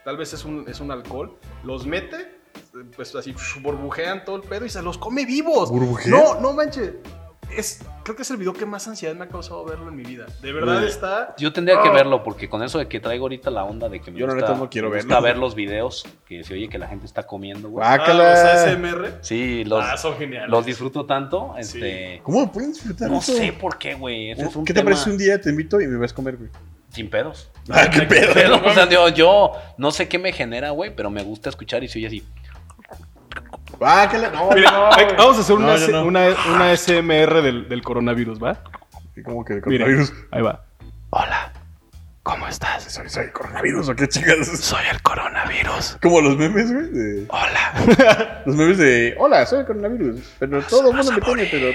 [SPEAKER 3] Tal vez es un, es un alcohol. Los mete, pues así psh, burbujean todo el pedo y se los come vivos.
[SPEAKER 1] ¿Burbujean?
[SPEAKER 3] No, no manches. Es, creo que es el video que más ansiedad me ha causado verlo en mi vida. De verdad
[SPEAKER 1] Ugh.
[SPEAKER 3] está.
[SPEAKER 2] Yo tendría que
[SPEAKER 3] Ah.
[SPEAKER 2] verlo porque con eso de que traigo ahorita la onda de que me
[SPEAKER 1] Yo la
[SPEAKER 2] gusta,
[SPEAKER 1] neta no quiero
[SPEAKER 2] me
[SPEAKER 1] verlo.
[SPEAKER 2] gusta ver los videos que se oye que la gente está comiendo, güey.
[SPEAKER 3] Ah,
[SPEAKER 1] Guácala.
[SPEAKER 3] los ASMR.
[SPEAKER 2] Sí, los,
[SPEAKER 3] ah, son geniales.
[SPEAKER 2] los disfruto tanto.
[SPEAKER 3] Sí.
[SPEAKER 2] Este,
[SPEAKER 1] ¿Cómo pueden disfrutar
[SPEAKER 2] No
[SPEAKER 1] eso?
[SPEAKER 2] sé por qué, güey. Ese es un
[SPEAKER 1] Uh, ¿Qué te
[SPEAKER 2] tema
[SPEAKER 1] parece un día te invito y me vas a comer, güey?
[SPEAKER 2] Sin
[SPEAKER 3] [laughs]
[SPEAKER 2] pedos.
[SPEAKER 1] Ah, qué pedo.
[SPEAKER 2] Pero, o sea, digo, yo no sé qué me genera, güey, pero me gusta escuchar y se oye así.
[SPEAKER 1] Guácala, no,
[SPEAKER 3] Mira,
[SPEAKER 1] no,
[SPEAKER 3] hay-
[SPEAKER 1] güey.
[SPEAKER 3] vamos a hacer
[SPEAKER 1] No,
[SPEAKER 3] una,
[SPEAKER 1] yo
[SPEAKER 3] S-
[SPEAKER 1] no.
[SPEAKER 3] una, una SMR del, del coronavirus, ¿va?
[SPEAKER 1] Como que el
[SPEAKER 3] Mira,
[SPEAKER 1] coronavirus.
[SPEAKER 3] ahí va. Hola, ¿cómo estás?
[SPEAKER 1] ¿Soy, soy coronavirus o qué chingas?
[SPEAKER 3] Soy el coronavirus.
[SPEAKER 1] Como los memes, güey. de-
[SPEAKER 3] Hola.
[SPEAKER 1] Los memes de, hola, soy el coronavirus, pero todo el mundo me tiene, pero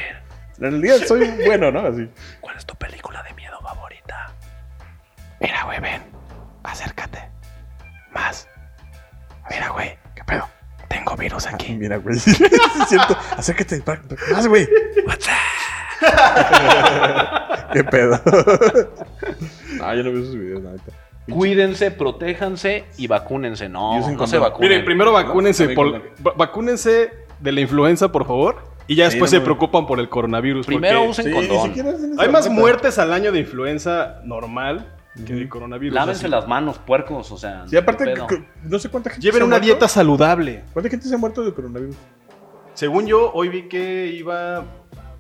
[SPEAKER 1] en realidad soy bueno, ¿no? Así.
[SPEAKER 2] ¿Cuál es tu película de miedo favorita?
[SPEAKER 4] Mira, güey, ven. Acércate. Más. Mira, güey. ¿Qué pedo? Tengo virus aquí.
[SPEAKER 1] Ah, Mira, güey. [laughs] Sí es cierto. Acércate. pa- pa- Más, güey. Qué
[SPEAKER 3] [laughs]
[SPEAKER 1] pedo. no, yo no veo esos videos, la neta.
[SPEAKER 2] Cuídense, protéjanse y vacúnense. No,
[SPEAKER 1] Y usen
[SPEAKER 2] no se
[SPEAKER 1] condón.
[SPEAKER 2] vacunen.
[SPEAKER 3] Miren, primero vacúnense,
[SPEAKER 1] También
[SPEAKER 3] por-
[SPEAKER 1] condón.
[SPEAKER 3] va- vacúnense de la influenza, por favor. Y ya
[SPEAKER 1] Sí,
[SPEAKER 3] después
[SPEAKER 1] no
[SPEAKER 3] se
[SPEAKER 1] mames.
[SPEAKER 3] preocupan por el coronavirus.
[SPEAKER 2] Primero
[SPEAKER 3] porque
[SPEAKER 2] usen
[SPEAKER 1] Sí, ni
[SPEAKER 2] condón.
[SPEAKER 1] siquiera hacen esa
[SPEAKER 3] Hay más
[SPEAKER 1] neta.
[SPEAKER 3] muertes al año de influenza normal que de coronavirus.
[SPEAKER 2] Lávense
[SPEAKER 3] así.
[SPEAKER 2] las manos, puercos. O sea,
[SPEAKER 1] Sí, aparte,
[SPEAKER 2] qué pedo.
[SPEAKER 1] c- no sé cuánta gente. se
[SPEAKER 3] Lleven
[SPEAKER 1] ha
[SPEAKER 3] una
[SPEAKER 1] muerto.
[SPEAKER 3] dieta saludable.
[SPEAKER 1] ¿Cuánta gente se ha muerto de coronavirus?
[SPEAKER 3] Según yo, hoy vi que iba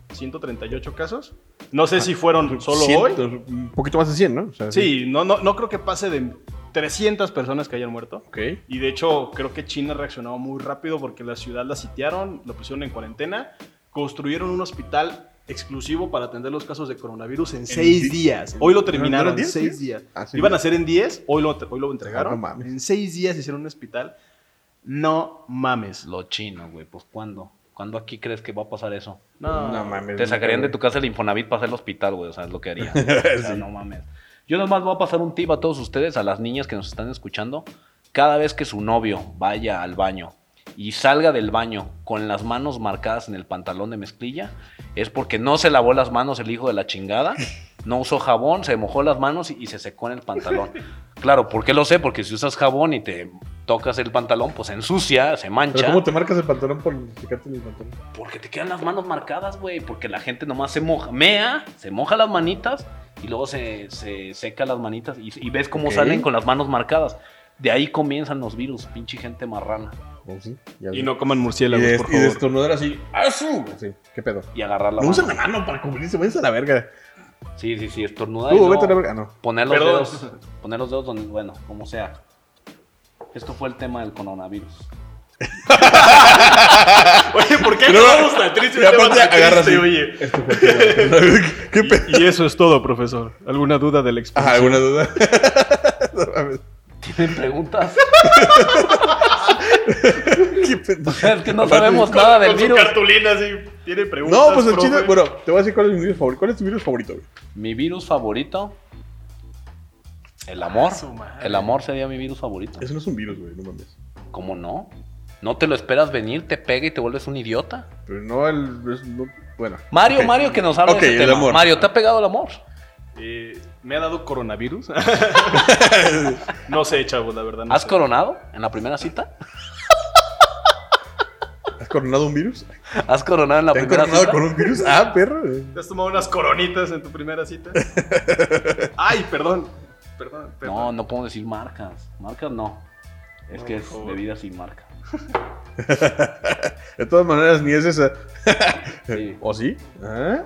[SPEAKER 3] 138 casos. No sé si fueron solo hoy.
[SPEAKER 1] Cientos, Un poquito más de 100, ¿no? O sea,
[SPEAKER 3] Sí, no, no, no creo que pase de 300 personas que hayan muerto.
[SPEAKER 1] Ok.
[SPEAKER 3] Y de hecho, creo que China reaccionó muy rápido porque la ciudad la sitiaron, la pusieron en cuarentena, construyeron un hospital exclusivo para atender los casos de coronavirus en,
[SPEAKER 1] di-
[SPEAKER 3] seis días. Hoy lo terminaron
[SPEAKER 1] eran
[SPEAKER 3] en
[SPEAKER 1] diez,
[SPEAKER 3] seis
[SPEAKER 1] sí?
[SPEAKER 3] días.
[SPEAKER 1] Ah, sí,
[SPEAKER 3] Iban
[SPEAKER 1] ya.
[SPEAKER 3] a ser en 10, hoy lo, hoy lo entregaron.
[SPEAKER 1] Ah, no mames.
[SPEAKER 3] En seis días hicieron un hospital. No mames.
[SPEAKER 2] Lo chino, güey. Pues cuándo. ¿Cuándo aquí crees que va a pasar eso?
[SPEAKER 3] No,
[SPEAKER 1] No mames.
[SPEAKER 2] Te sacarían de tu casa el Infonavit para hacer el hospital, güey. O sea, es lo
[SPEAKER 1] [laughs]
[SPEAKER 2] que haría. O sea, no mames. Yo nomás voy a pasar un tip a todos ustedes, a las niñas que nos están escuchando. Cada vez que su novio vaya al baño y salga del baño con las manos marcadas en el pantalón de mezclilla, es porque no se lavó las manos el hijo de la
[SPEAKER 1] [laughs]
[SPEAKER 2] chingada, no usó jabón, se mojó las manos y, y se secó en el pantalón. Claro, ¿por qué lo sé? Porque si usas jabón y te tocas el pantalón, pues se ensucia, se mancha.
[SPEAKER 1] ¿Pero cómo te marcas el pantalón por picarte en el pantalón?
[SPEAKER 2] Porque te quedan las manos marcadas, güey. Porque la gente nomás se moja, mea, se moja las manitas y luego se, se seca las manitas y, y ves cómo
[SPEAKER 1] Ok.
[SPEAKER 2] salen con las manos marcadas. De ahí comienzan los virus, pinche gente marrana.
[SPEAKER 1] Oh, sí, ya
[SPEAKER 3] Y
[SPEAKER 1] sé.
[SPEAKER 3] no coman
[SPEAKER 1] y,
[SPEAKER 3] murciélagos,
[SPEAKER 1] de,
[SPEAKER 3] por
[SPEAKER 1] y de
[SPEAKER 3] favor.
[SPEAKER 1] estornudar así. ¡Asu! Así. ¿Qué pedo?
[SPEAKER 2] Y agarrar la
[SPEAKER 1] No
[SPEAKER 2] mano.
[SPEAKER 1] usan la mano para cubrirse, váyanse a la verga.
[SPEAKER 2] Sí, sí, sí, estornudar. y
[SPEAKER 1] Tú, vete a la
[SPEAKER 2] luego
[SPEAKER 1] verga. Ah, no. [laughs]
[SPEAKER 2] Poner los
[SPEAKER 3] Perdón.
[SPEAKER 2] dedos. Poner los dedos donde, bueno, como sea. Esto fue el tema del coronavirus. [laughs]
[SPEAKER 3] Oye, ¿por qué
[SPEAKER 1] Pero-
[SPEAKER 3] acabamos tan tristes?
[SPEAKER 1] Y aparte agarra así. Este
[SPEAKER 3] oye.
[SPEAKER 1] Esto fue todo. ¿Qué pedo?
[SPEAKER 3] Y, y eso es todo, profesor. ¿Alguna duda del experto?
[SPEAKER 1] Ajá, ¿alguna duda? [laughs] No mames.
[SPEAKER 2] ¿Tienen preguntas? [laughs]
[SPEAKER 1] ¿Qué pedo?
[SPEAKER 2] es que no
[SPEAKER 1] Aparte-
[SPEAKER 2] sabemos nada del
[SPEAKER 3] Con su
[SPEAKER 2] virus.
[SPEAKER 3] cartulina, así. Tiene preguntas.
[SPEAKER 1] No, pues el
[SPEAKER 3] profe.
[SPEAKER 1] chiste. Bueno, te voy a decir cuál es mi virus favorito. ¿Cuál es tu virus favorito, güey?
[SPEAKER 2] Mi virus favorito. El amor.
[SPEAKER 3] Ah, su madre.
[SPEAKER 2] El amor sería mi virus favorito.
[SPEAKER 1] Eso no es un virus, güey, no mames.
[SPEAKER 2] ¿Cómo no? ¿No te lo esperas venir? ¿Te pega y te vuelves un idiota?
[SPEAKER 1] Pero no el. es- no- bueno.
[SPEAKER 2] Mario,
[SPEAKER 1] Ok.
[SPEAKER 2] Mario, que nos habla
[SPEAKER 1] Ok,
[SPEAKER 2] de ese
[SPEAKER 1] el
[SPEAKER 2] tema.
[SPEAKER 1] amor.
[SPEAKER 2] Mario, ¿te ha pegado el amor?
[SPEAKER 3] Eh, ¿Me ha dado
[SPEAKER 2] [laughs]
[SPEAKER 3] coronavirus? no sé, chavos, la verdad. No
[SPEAKER 2] ¿Has
[SPEAKER 3] sé.
[SPEAKER 2] coronado en la primera cita?
[SPEAKER 1] ¿Has coronado un virus?
[SPEAKER 2] ¿Has coronado en la
[SPEAKER 1] ¿Te han
[SPEAKER 2] primera
[SPEAKER 1] coronado
[SPEAKER 2] cita?
[SPEAKER 1] con un virus? Ah, perro.
[SPEAKER 3] ¿Te has tomado unas coronitas en tu primera
[SPEAKER 2] [laughs]
[SPEAKER 3] cita? Ay, perdón. Perdón, perdón.
[SPEAKER 2] No, no podemos decir marcas. Marcas no. Es que es bebida sin
[SPEAKER 1] [laughs]
[SPEAKER 2] marca.
[SPEAKER 1] De todas maneras, ni es esa.
[SPEAKER 2] Sí,
[SPEAKER 1] ¿O sí? ¿Ah?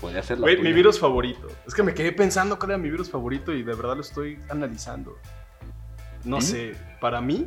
[SPEAKER 2] podría ser la
[SPEAKER 3] Güey,
[SPEAKER 2] tuya.
[SPEAKER 3] mi virus favorito. Es que me quedé pensando cuál era mi virus favorito y de verdad lo estoy analizando. No sé, para mí,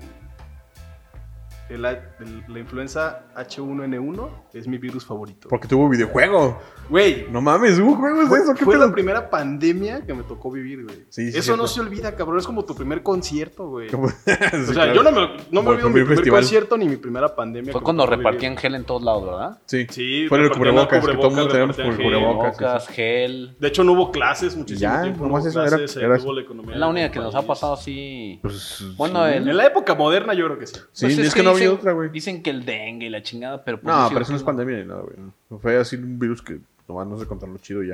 [SPEAKER 3] el H- el- la influenza H1N1 es mi virus favorito.
[SPEAKER 1] Porque tuvo videojuego.
[SPEAKER 3] Güey,
[SPEAKER 1] No mames, hubo juegos de
[SPEAKER 3] fue,
[SPEAKER 1] Pues eso. ¿Qué
[SPEAKER 3] fue
[SPEAKER 1] pedo?
[SPEAKER 3] la primera pandemia que me tocó vivir, güey.
[SPEAKER 1] Sí, sí,
[SPEAKER 3] Eso no
[SPEAKER 1] cierto.
[SPEAKER 3] se olvida, cabrón. Es como tu primer concierto, güey.
[SPEAKER 1] Como-
[SPEAKER 3] O
[SPEAKER 1] [laughs] Sí,
[SPEAKER 3] sea,
[SPEAKER 1] claro.
[SPEAKER 3] yo no me, no me
[SPEAKER 1] Como el
[SPEAKER 3] olvido mi
[SPEAKER 1] primer
[SPEAKER 3] primer
[SPEAKER 1] festival.
[SPEAKER 3] concierto ni mi primera pandemia.
[SPEAKER 2] Fue
[SPEAKER 3] que
[SPEAKER 2] cuando
[SPEAKER 3] me tocó
[SPEAKER 2] repartían
[SPEAKER 3] vivir.
[SPEAKER 2] gel en todos lados, ¿verdad?
[SPEAKER 1] Sí.
[SPEAKER 3] Sí,
[SPEAKER 1] Fue el
[SPEAKER 3] repartían
[SPEAKER 1] cubrebocas, que todo el mundo
[SPEAKER 3] cubrebocas,
[SPEAKER 1] teníamos por el
[SPEAKER 3] repartían gel.
[SPEAKER 1] cubrebocas.
[SPEAKER 2] Bocas, gel.
[SPEAKER 3] De hecho, no hubo clases muchísimo
[SPEAKER 1] Ya,
[SPEAKER 3] tiempo. No
[SPEAKER 1] nomás
[SPEAKER 3] hubo
[SPEAKER 1] eso era-
[SPEAKER 3] clases, se
[SPEAKER 1] era-
[SPEAKER 3] detuvo la economía
[SPEAKER 2] Es la
[SPEAKER 3] del
[SPEAKER 2] única que nos ha
[SPEAKER 3] país.
[SPEAKER 2] pasado así.
[SPEAKER 1] Pues,
[SPEAKER 2] Bueno,
[SPEAKER 1] sí.
[SPEAKER 2] el...
[SPEAKER 3] En la época moderna yo creo que sí.
[SPEAKER 1] Sí,
[SPEAKER 2] pues
[SPEAKER 1] es, que, no había
[SPEAKER 2] dicen-
[SPEAKER 1] otra, güey.
[SPEAKER 2] Dicen que el dengue y la chingada, pero... pues
[SPEAKER 1] No,
[SPEAKER 2] sé
[SPEAKER 1] pero
[SPEAKER 2] si-
[SPEAKER 1] eso no es pandemia ni nada, güey. no. Fue así un virus que nomás no se controló chido y ya.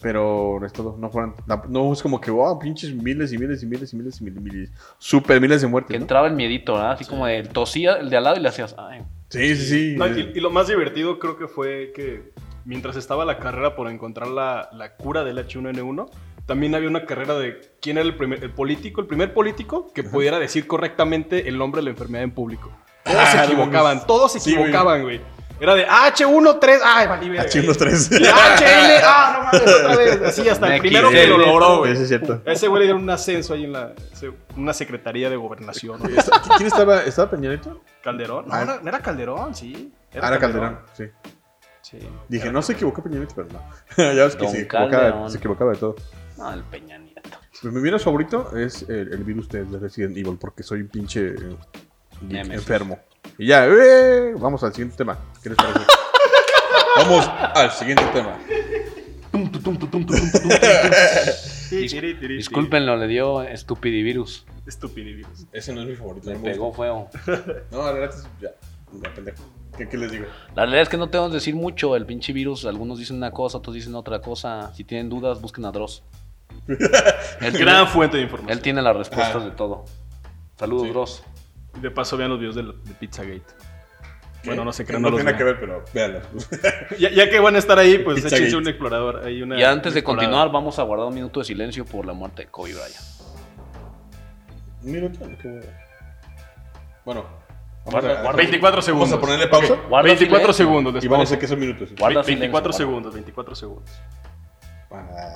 [SPEAKER 1] Pero es todo. No, fueron, tamp- no es como que, wow, pinches miles y miles y miles y miles y miles, y miles super miles de
[SPEAKER 2] Que
[SPEAKER 1] muertes. ¿no?
[SPEAKER 2] entraba el miedito, ¿verdad? Así como de tosía el de al lado y le hacías, ay,
[SPEAKER 1] Sí, sí, sí.
[SPEAKER 3] No, y, y lo más divertido creo que fue que mientras estaba la carrera por encontrar la, la cura del H1N1, también había una carrera de quién era el, primer, el político, el primer político que pudiera decir correctamente el nombre de la enfermedad en público. Todos
[SPEAKER 1] Ah,
[SPEAKER 3] se
[SPEAKER 1] no
[SPEAKER 3] equivocaban,
[SPEAKER 1] mames.
[SPEAKER 3] todos se
[SPEAKER 1] Sí, güey.
[SPEAKER 3] equivocaban, güey. Era de "Ah, H13, ay, valí,
[SPEAKER 1] Ah,
[SPEAKER 3] verga. [laughs] Y
[SPEAKER 1] H1-3.
[SPEAKER 3] HL, ah, no mames,
[SPEAKER 1] [laughs]
[SPEAKER 3] otra vez. Así hasta
[SPEAKER 2] Me
[SPEAKER 3] el primero
[SPEAKER 2] equivoqué.
[SPEAKER 3] que lo logró, güey.
[SPEAKER 1] Eso es cierto.
[SPEAKER 3] A Ese güey le dieron un ascenso ahí en la se- una secretaría de
[SPEAKER 1] [laughs]
[SPEAKER 3] gobernación. güey.
[SPEAKER 1] ¿Quién estaba? ¿Estaba Peñarito?
[SPEAKER 3] Calderón. No,
[SPEAKER 1] Ah.
[SPEAKER 3] era- no era Calderón, sí.
[SPEAKER 1] Ah, Era Calderón, sí.
[SPEAKER 3] Sí.
[SPEAKER 1] Dije,
[SPEAKER 3] Era
[SPEAKER 1] no se equivocó Peñarito, pero no. [laughs] ya ves que
[SPEAKER 2] Don
[SPEAKER 1] se equivocaba,
[SPEAKER 2] Calderón.
[SPEAKER 1] se equivocaba de todo.
[SPEAKER 2] no, el Peña Nieto.
[SPEAKER 1] Pues mi virus favorito es el, el virus de, de Resident Evil, porque soy un pinche eh, geek
[SPEAKER 2] Némesis.
[SPEAKER 1] enfermo. Y ya, eh, vamos al siguiente tema. ¿Qué les parece? [laughs] vamos al siguiente tema.
[SPEAKER 3] Sí, tiri, tiri,
[SPEAKER 2] Discúlpenlo, le dio estupidivirus.
[SPEAKER 3] tiri. Estupidivirus.
[SPEAKER 1] Ese no es mi favorito.
[SPEAKER 2] Le
[SPEAKER 1] no me gusta.
[SPEAKER 2] pegó feo.
[SPEAKER 1] No, la verdad es. Ya, ya, pendejo. ¿Qué, qué les digo?
[SPEAKER 2] La realidad es que no tenemos que decir mucho. El pinche virus, algunos dicen una cosa, otros dicen otra cosa. Si tienen dudas, busquen
[SPEAKER 1] [laughs]
[SPEAKER 2] a Dross. él,
[SPEAKER 3] Gran
[SPEAKER 2] tiene,
[SPEAKER 3] fuente de información.
[SPEAKER 2] él tiene las respuestas
[SPEAKER 1] Ah.
[SPEAKER 2] de todo. Saludos,
[SPEAKER 1] Sí.
[SPEAKER 2] Dross.
[SPEAKER 3] De paso, vean los videos de, de Pizzagate.
[SPEAKER 1] ¿Qué?
[SPEAKER 3] Bueno, no sé,
[SPEAKER 1] Que
[SPEAKER 3] creo
[SPEAKER 1] no,
[SPEAKER 3] los
[SPEAKER 1] tiene nada que
[SPEAKER 3] vean.
[SPEAKER 1] ver, pero véanlo. [laughs]
[SPEAKER 3] Ya, ya que van a estar ahí, pues
[SPEAKER 1] Pizzagate.
[SPEAKER 3] échense un explorador. ahí una-
[SPEAKER 2] Y antes
[SPEAKER 3] una
[SPEAKER 2] de
[SPEAKER 3] explorada.
[SPEAKER 2] continuar, vamos a guardar un minuto de silencio por la muerte de Kobe Bryant.
[SPEAKER 1] Un minuto. qué bueno. Bueno.
[SPEAKER 2] Guarda-
[SPEAKER 1] vamos a-
[SPEAKER 2] guarda-
[SPEAKER 3] 24 segundos.
[SPEAKER 1] Vamos a ponerle pausa.
[SPEAKER 3] Ok,
[SPEAKER 2] Guarda
[SPEAKER 3] 24
[SPEAKER 2] silencio.
[SPEAKER 3] segundos. ¿les
[SPEAKER 1] Y vamos a
[SPEAKER 3] parece?
[SPEAKER 1] ver qué son minutos.
[SPEAKER 2] Guarda
[SPEAKER 3] Ve- 24
[SPEAKER 2] silencio,
[SPEAKER 3] segundos, 24 segundos.
[SPEAKER 1] Ah,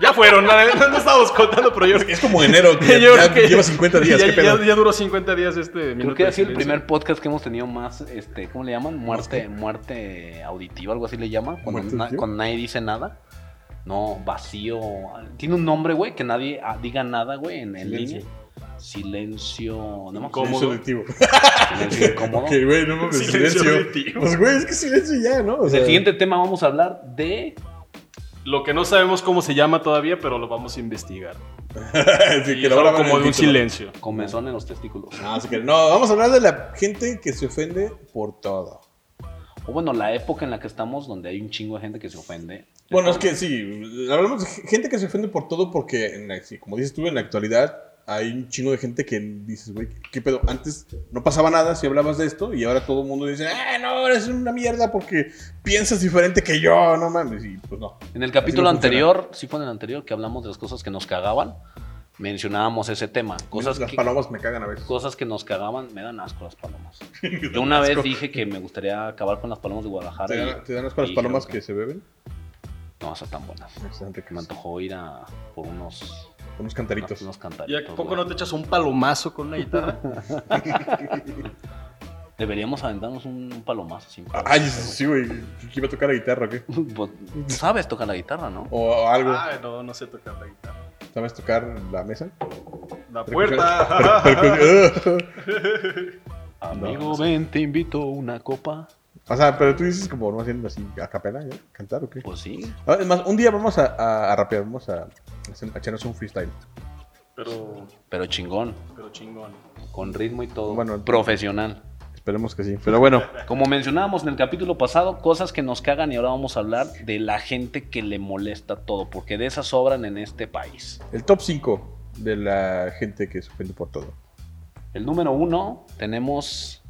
[SPEAKER 3] Ya fueron, no, no- no estábamos contando, pero yo creo que.
[SPEAKER 1] Es como
[SPEAKER 3] [laughs]
[SPEAKER 1] enero, que
[SPEAKER 3] yo
[SPEAKER 1] ya,
[SPEAKER 3] creo que-
[SPEAKER 1] lleva 50 días.
[SPEAKER 3] Ya,
[SPEAKER 1] ¿Qué pedo?
[SPEAKER 3] ya- ya duró 50 días este
[SPEAKER 2] Creo
[SPEAKER 3] minuto
[SPEAKER 2] que
[SPEAKER 3] de
[SPEAKER 2] ha sido el
[SPEAKER 3] silencio.
[SPEAKER 2] primer podcast que hemos tenido más, este, ¿cómo le llaman? Muerte, muerte auditiva, algo así le llaman. Cuando,
[SPEAKER 1] ¿Muerte
[SPEAKER 2] na-
[SPEAKER 1] auditiva?
[SPEAKER 2] cuando nadie dice nada. No, vacío. Tiene un nombre, güey, que nadie ah, diga nada, güey, en, en
[SPEAKER 1] Silencio.
[SPEAKER 2] línea. Silencio. No me acuerdo.
[SPEAKER 1] Silencio
[SPEAKER 3] Cómodo.
[SPEAKER 1] auditivo.
[SPEAKER 2] Silencio incómodo.
[SPEAKER 1] [laughs] Ok, güey, no mames,
[SPEAKER 3] Silencio
[SPEAKER 1] silencio.
[SPEAKER 3] auditivo.
[SPEAKER 1] Pues, güey, es que silencio y ya, ¿no? O
[SPEAKER 2] Pues el siguiente tema vamos a hablar de.
[SPEAKER 3] Lo que no sabemos cómo se llama todavía, pero lo vamos a investigar.
[SPEAKER 1] [laughs] sí,
[SPEAKER 3] Y
[SPEAKER 1] que
[SPEAKER 3] es
[SPEAKER 1] lo van a
[SPEAKER 3] algo
[SPEAKER 1] ver en
[SPEAKER 3] como
[SPEAKER 1] el
[SPEAKER 3] de
[SPEAKER 1] título.
[SPEAKER 3] un silencio.
[SPEAKER 1] Ah.
[SPEAKER 2] Comezón en los testículos.
[SPEAKER 1] No, así que no, vamos a hablar de la gente que se ofende por todo.
[SPEAKER 2] O bueno, la época en la que estamos, donde hay un chingo de gente que se ofende.
[SPEAKER 1] Bueno, es que sí, hablamos de gente que se ofende por todo porque, en la- sí, como dices tú, en la actualidad hay un chingo de gente que dices, güey, ¿qué pedo? Antes no pasaba nada si hablabas de esto y ahora todo el mundo dice, ah, no, eres una mierda porque piensas diferente que yo, no mames, y pues no.
[SPEAKER 2] En el capítulo
[SPEAKER 1] Así no funciona.
[SPEAKER 2] anterior, sí fue en el anterior, que hablamos de las cosas que nos cagaban. Mencionábamos ese tema. Cosas
[SPEAKER 1] Las
[SPEAKER 2] que,
[SPEAKER 1] palomas me cagan a veces. [laughs]
[SPEAKER 2] cosas que nos cagaban, me dan asco las palomas. Yo una vez dije que me gustaría acabar con las palomas de Guadalajara.
[SPEAKER 1] ¿Te
[SPEAKER 2] y-
[SPEAKER 1] dan, te dan asco las
[SPEAKER 2] y
[SPEAKER 1] palomas
[SPEAKER 2] creo
[SPEAKER 1] que
[SPEAKER 2] que
[SPEAKER 1] se beben?
[SPEAKER 2] No son tan buenas.
[SPEAKER 1] Están ricas.
[SPEAKER 2] Me antojó ir a por unos,
[SPEAKER 1] Unos cantaritos.
[SPEAKER 2] unos
[SPEAKER 3] ¿Y
[SPEAKER 2] cantaritos.
[SPEAKER 3] a poco
[SPEAKER 2] güey.
[SPEAKER 3] no te echas un palomazo con una guitarra?
[SPEAKER 2] Deberíamos aventarnos un, un palomazo. sin pedos.
[SPEAKER 1] Ay, Ah, sí, güey, que iba a tocar la guitarra o qué?
[SPEAKER 2] [laughs] Pues, tú sabes tocar la guitarra, ¿no?
[SPEAKER 1] O algo.
[SPEAKER 3] Ah, no, no sé tocar la guitarra.
[SPEAKER 1] ¿Sabes tocar la mesa?
[SPEAKER 3] La
[SPEAKER 1] Percusión.
[SPEAKER 3] puerta.
[SPEAKER 1] Percu-
[SPEAKER 2] Amigo, ven, te invito una copa.
[SPEAKER 1] [laughs] o sea, pero tú dices como no haciendo así a capela, ¿ya? ¿Cantar o qué?
[SPEAKER 2] Pues sí.
[SPEAKER 1] Ah, Es más, un día vamos a, a, a rapear, vamos a, hacer- a echarnos un freestyle.
[SPEAKER 3] [laughs] pero,
[SPEAKER 2] Pero chingón,
[SPEAKER 3] pero chingón.
[SPEAKER 2] con ritmo y todo.
[SPEAKER 1] Bueno,
[SPEAKER 2] profesional.
[SPEAKER 1] Esperemos que sí. Pero bueno,
[SPEAKER 2] Como mencionábamos en el capítulo pasado, cosas que nos cagan y ahora vamos a hablar de la gente que le molesta todo, porque de esas sobran en este país.
[SPEAKER 1] el top 5 de la gente que se ofende por todo.
[SPEAKER 2] El número uno, tenemos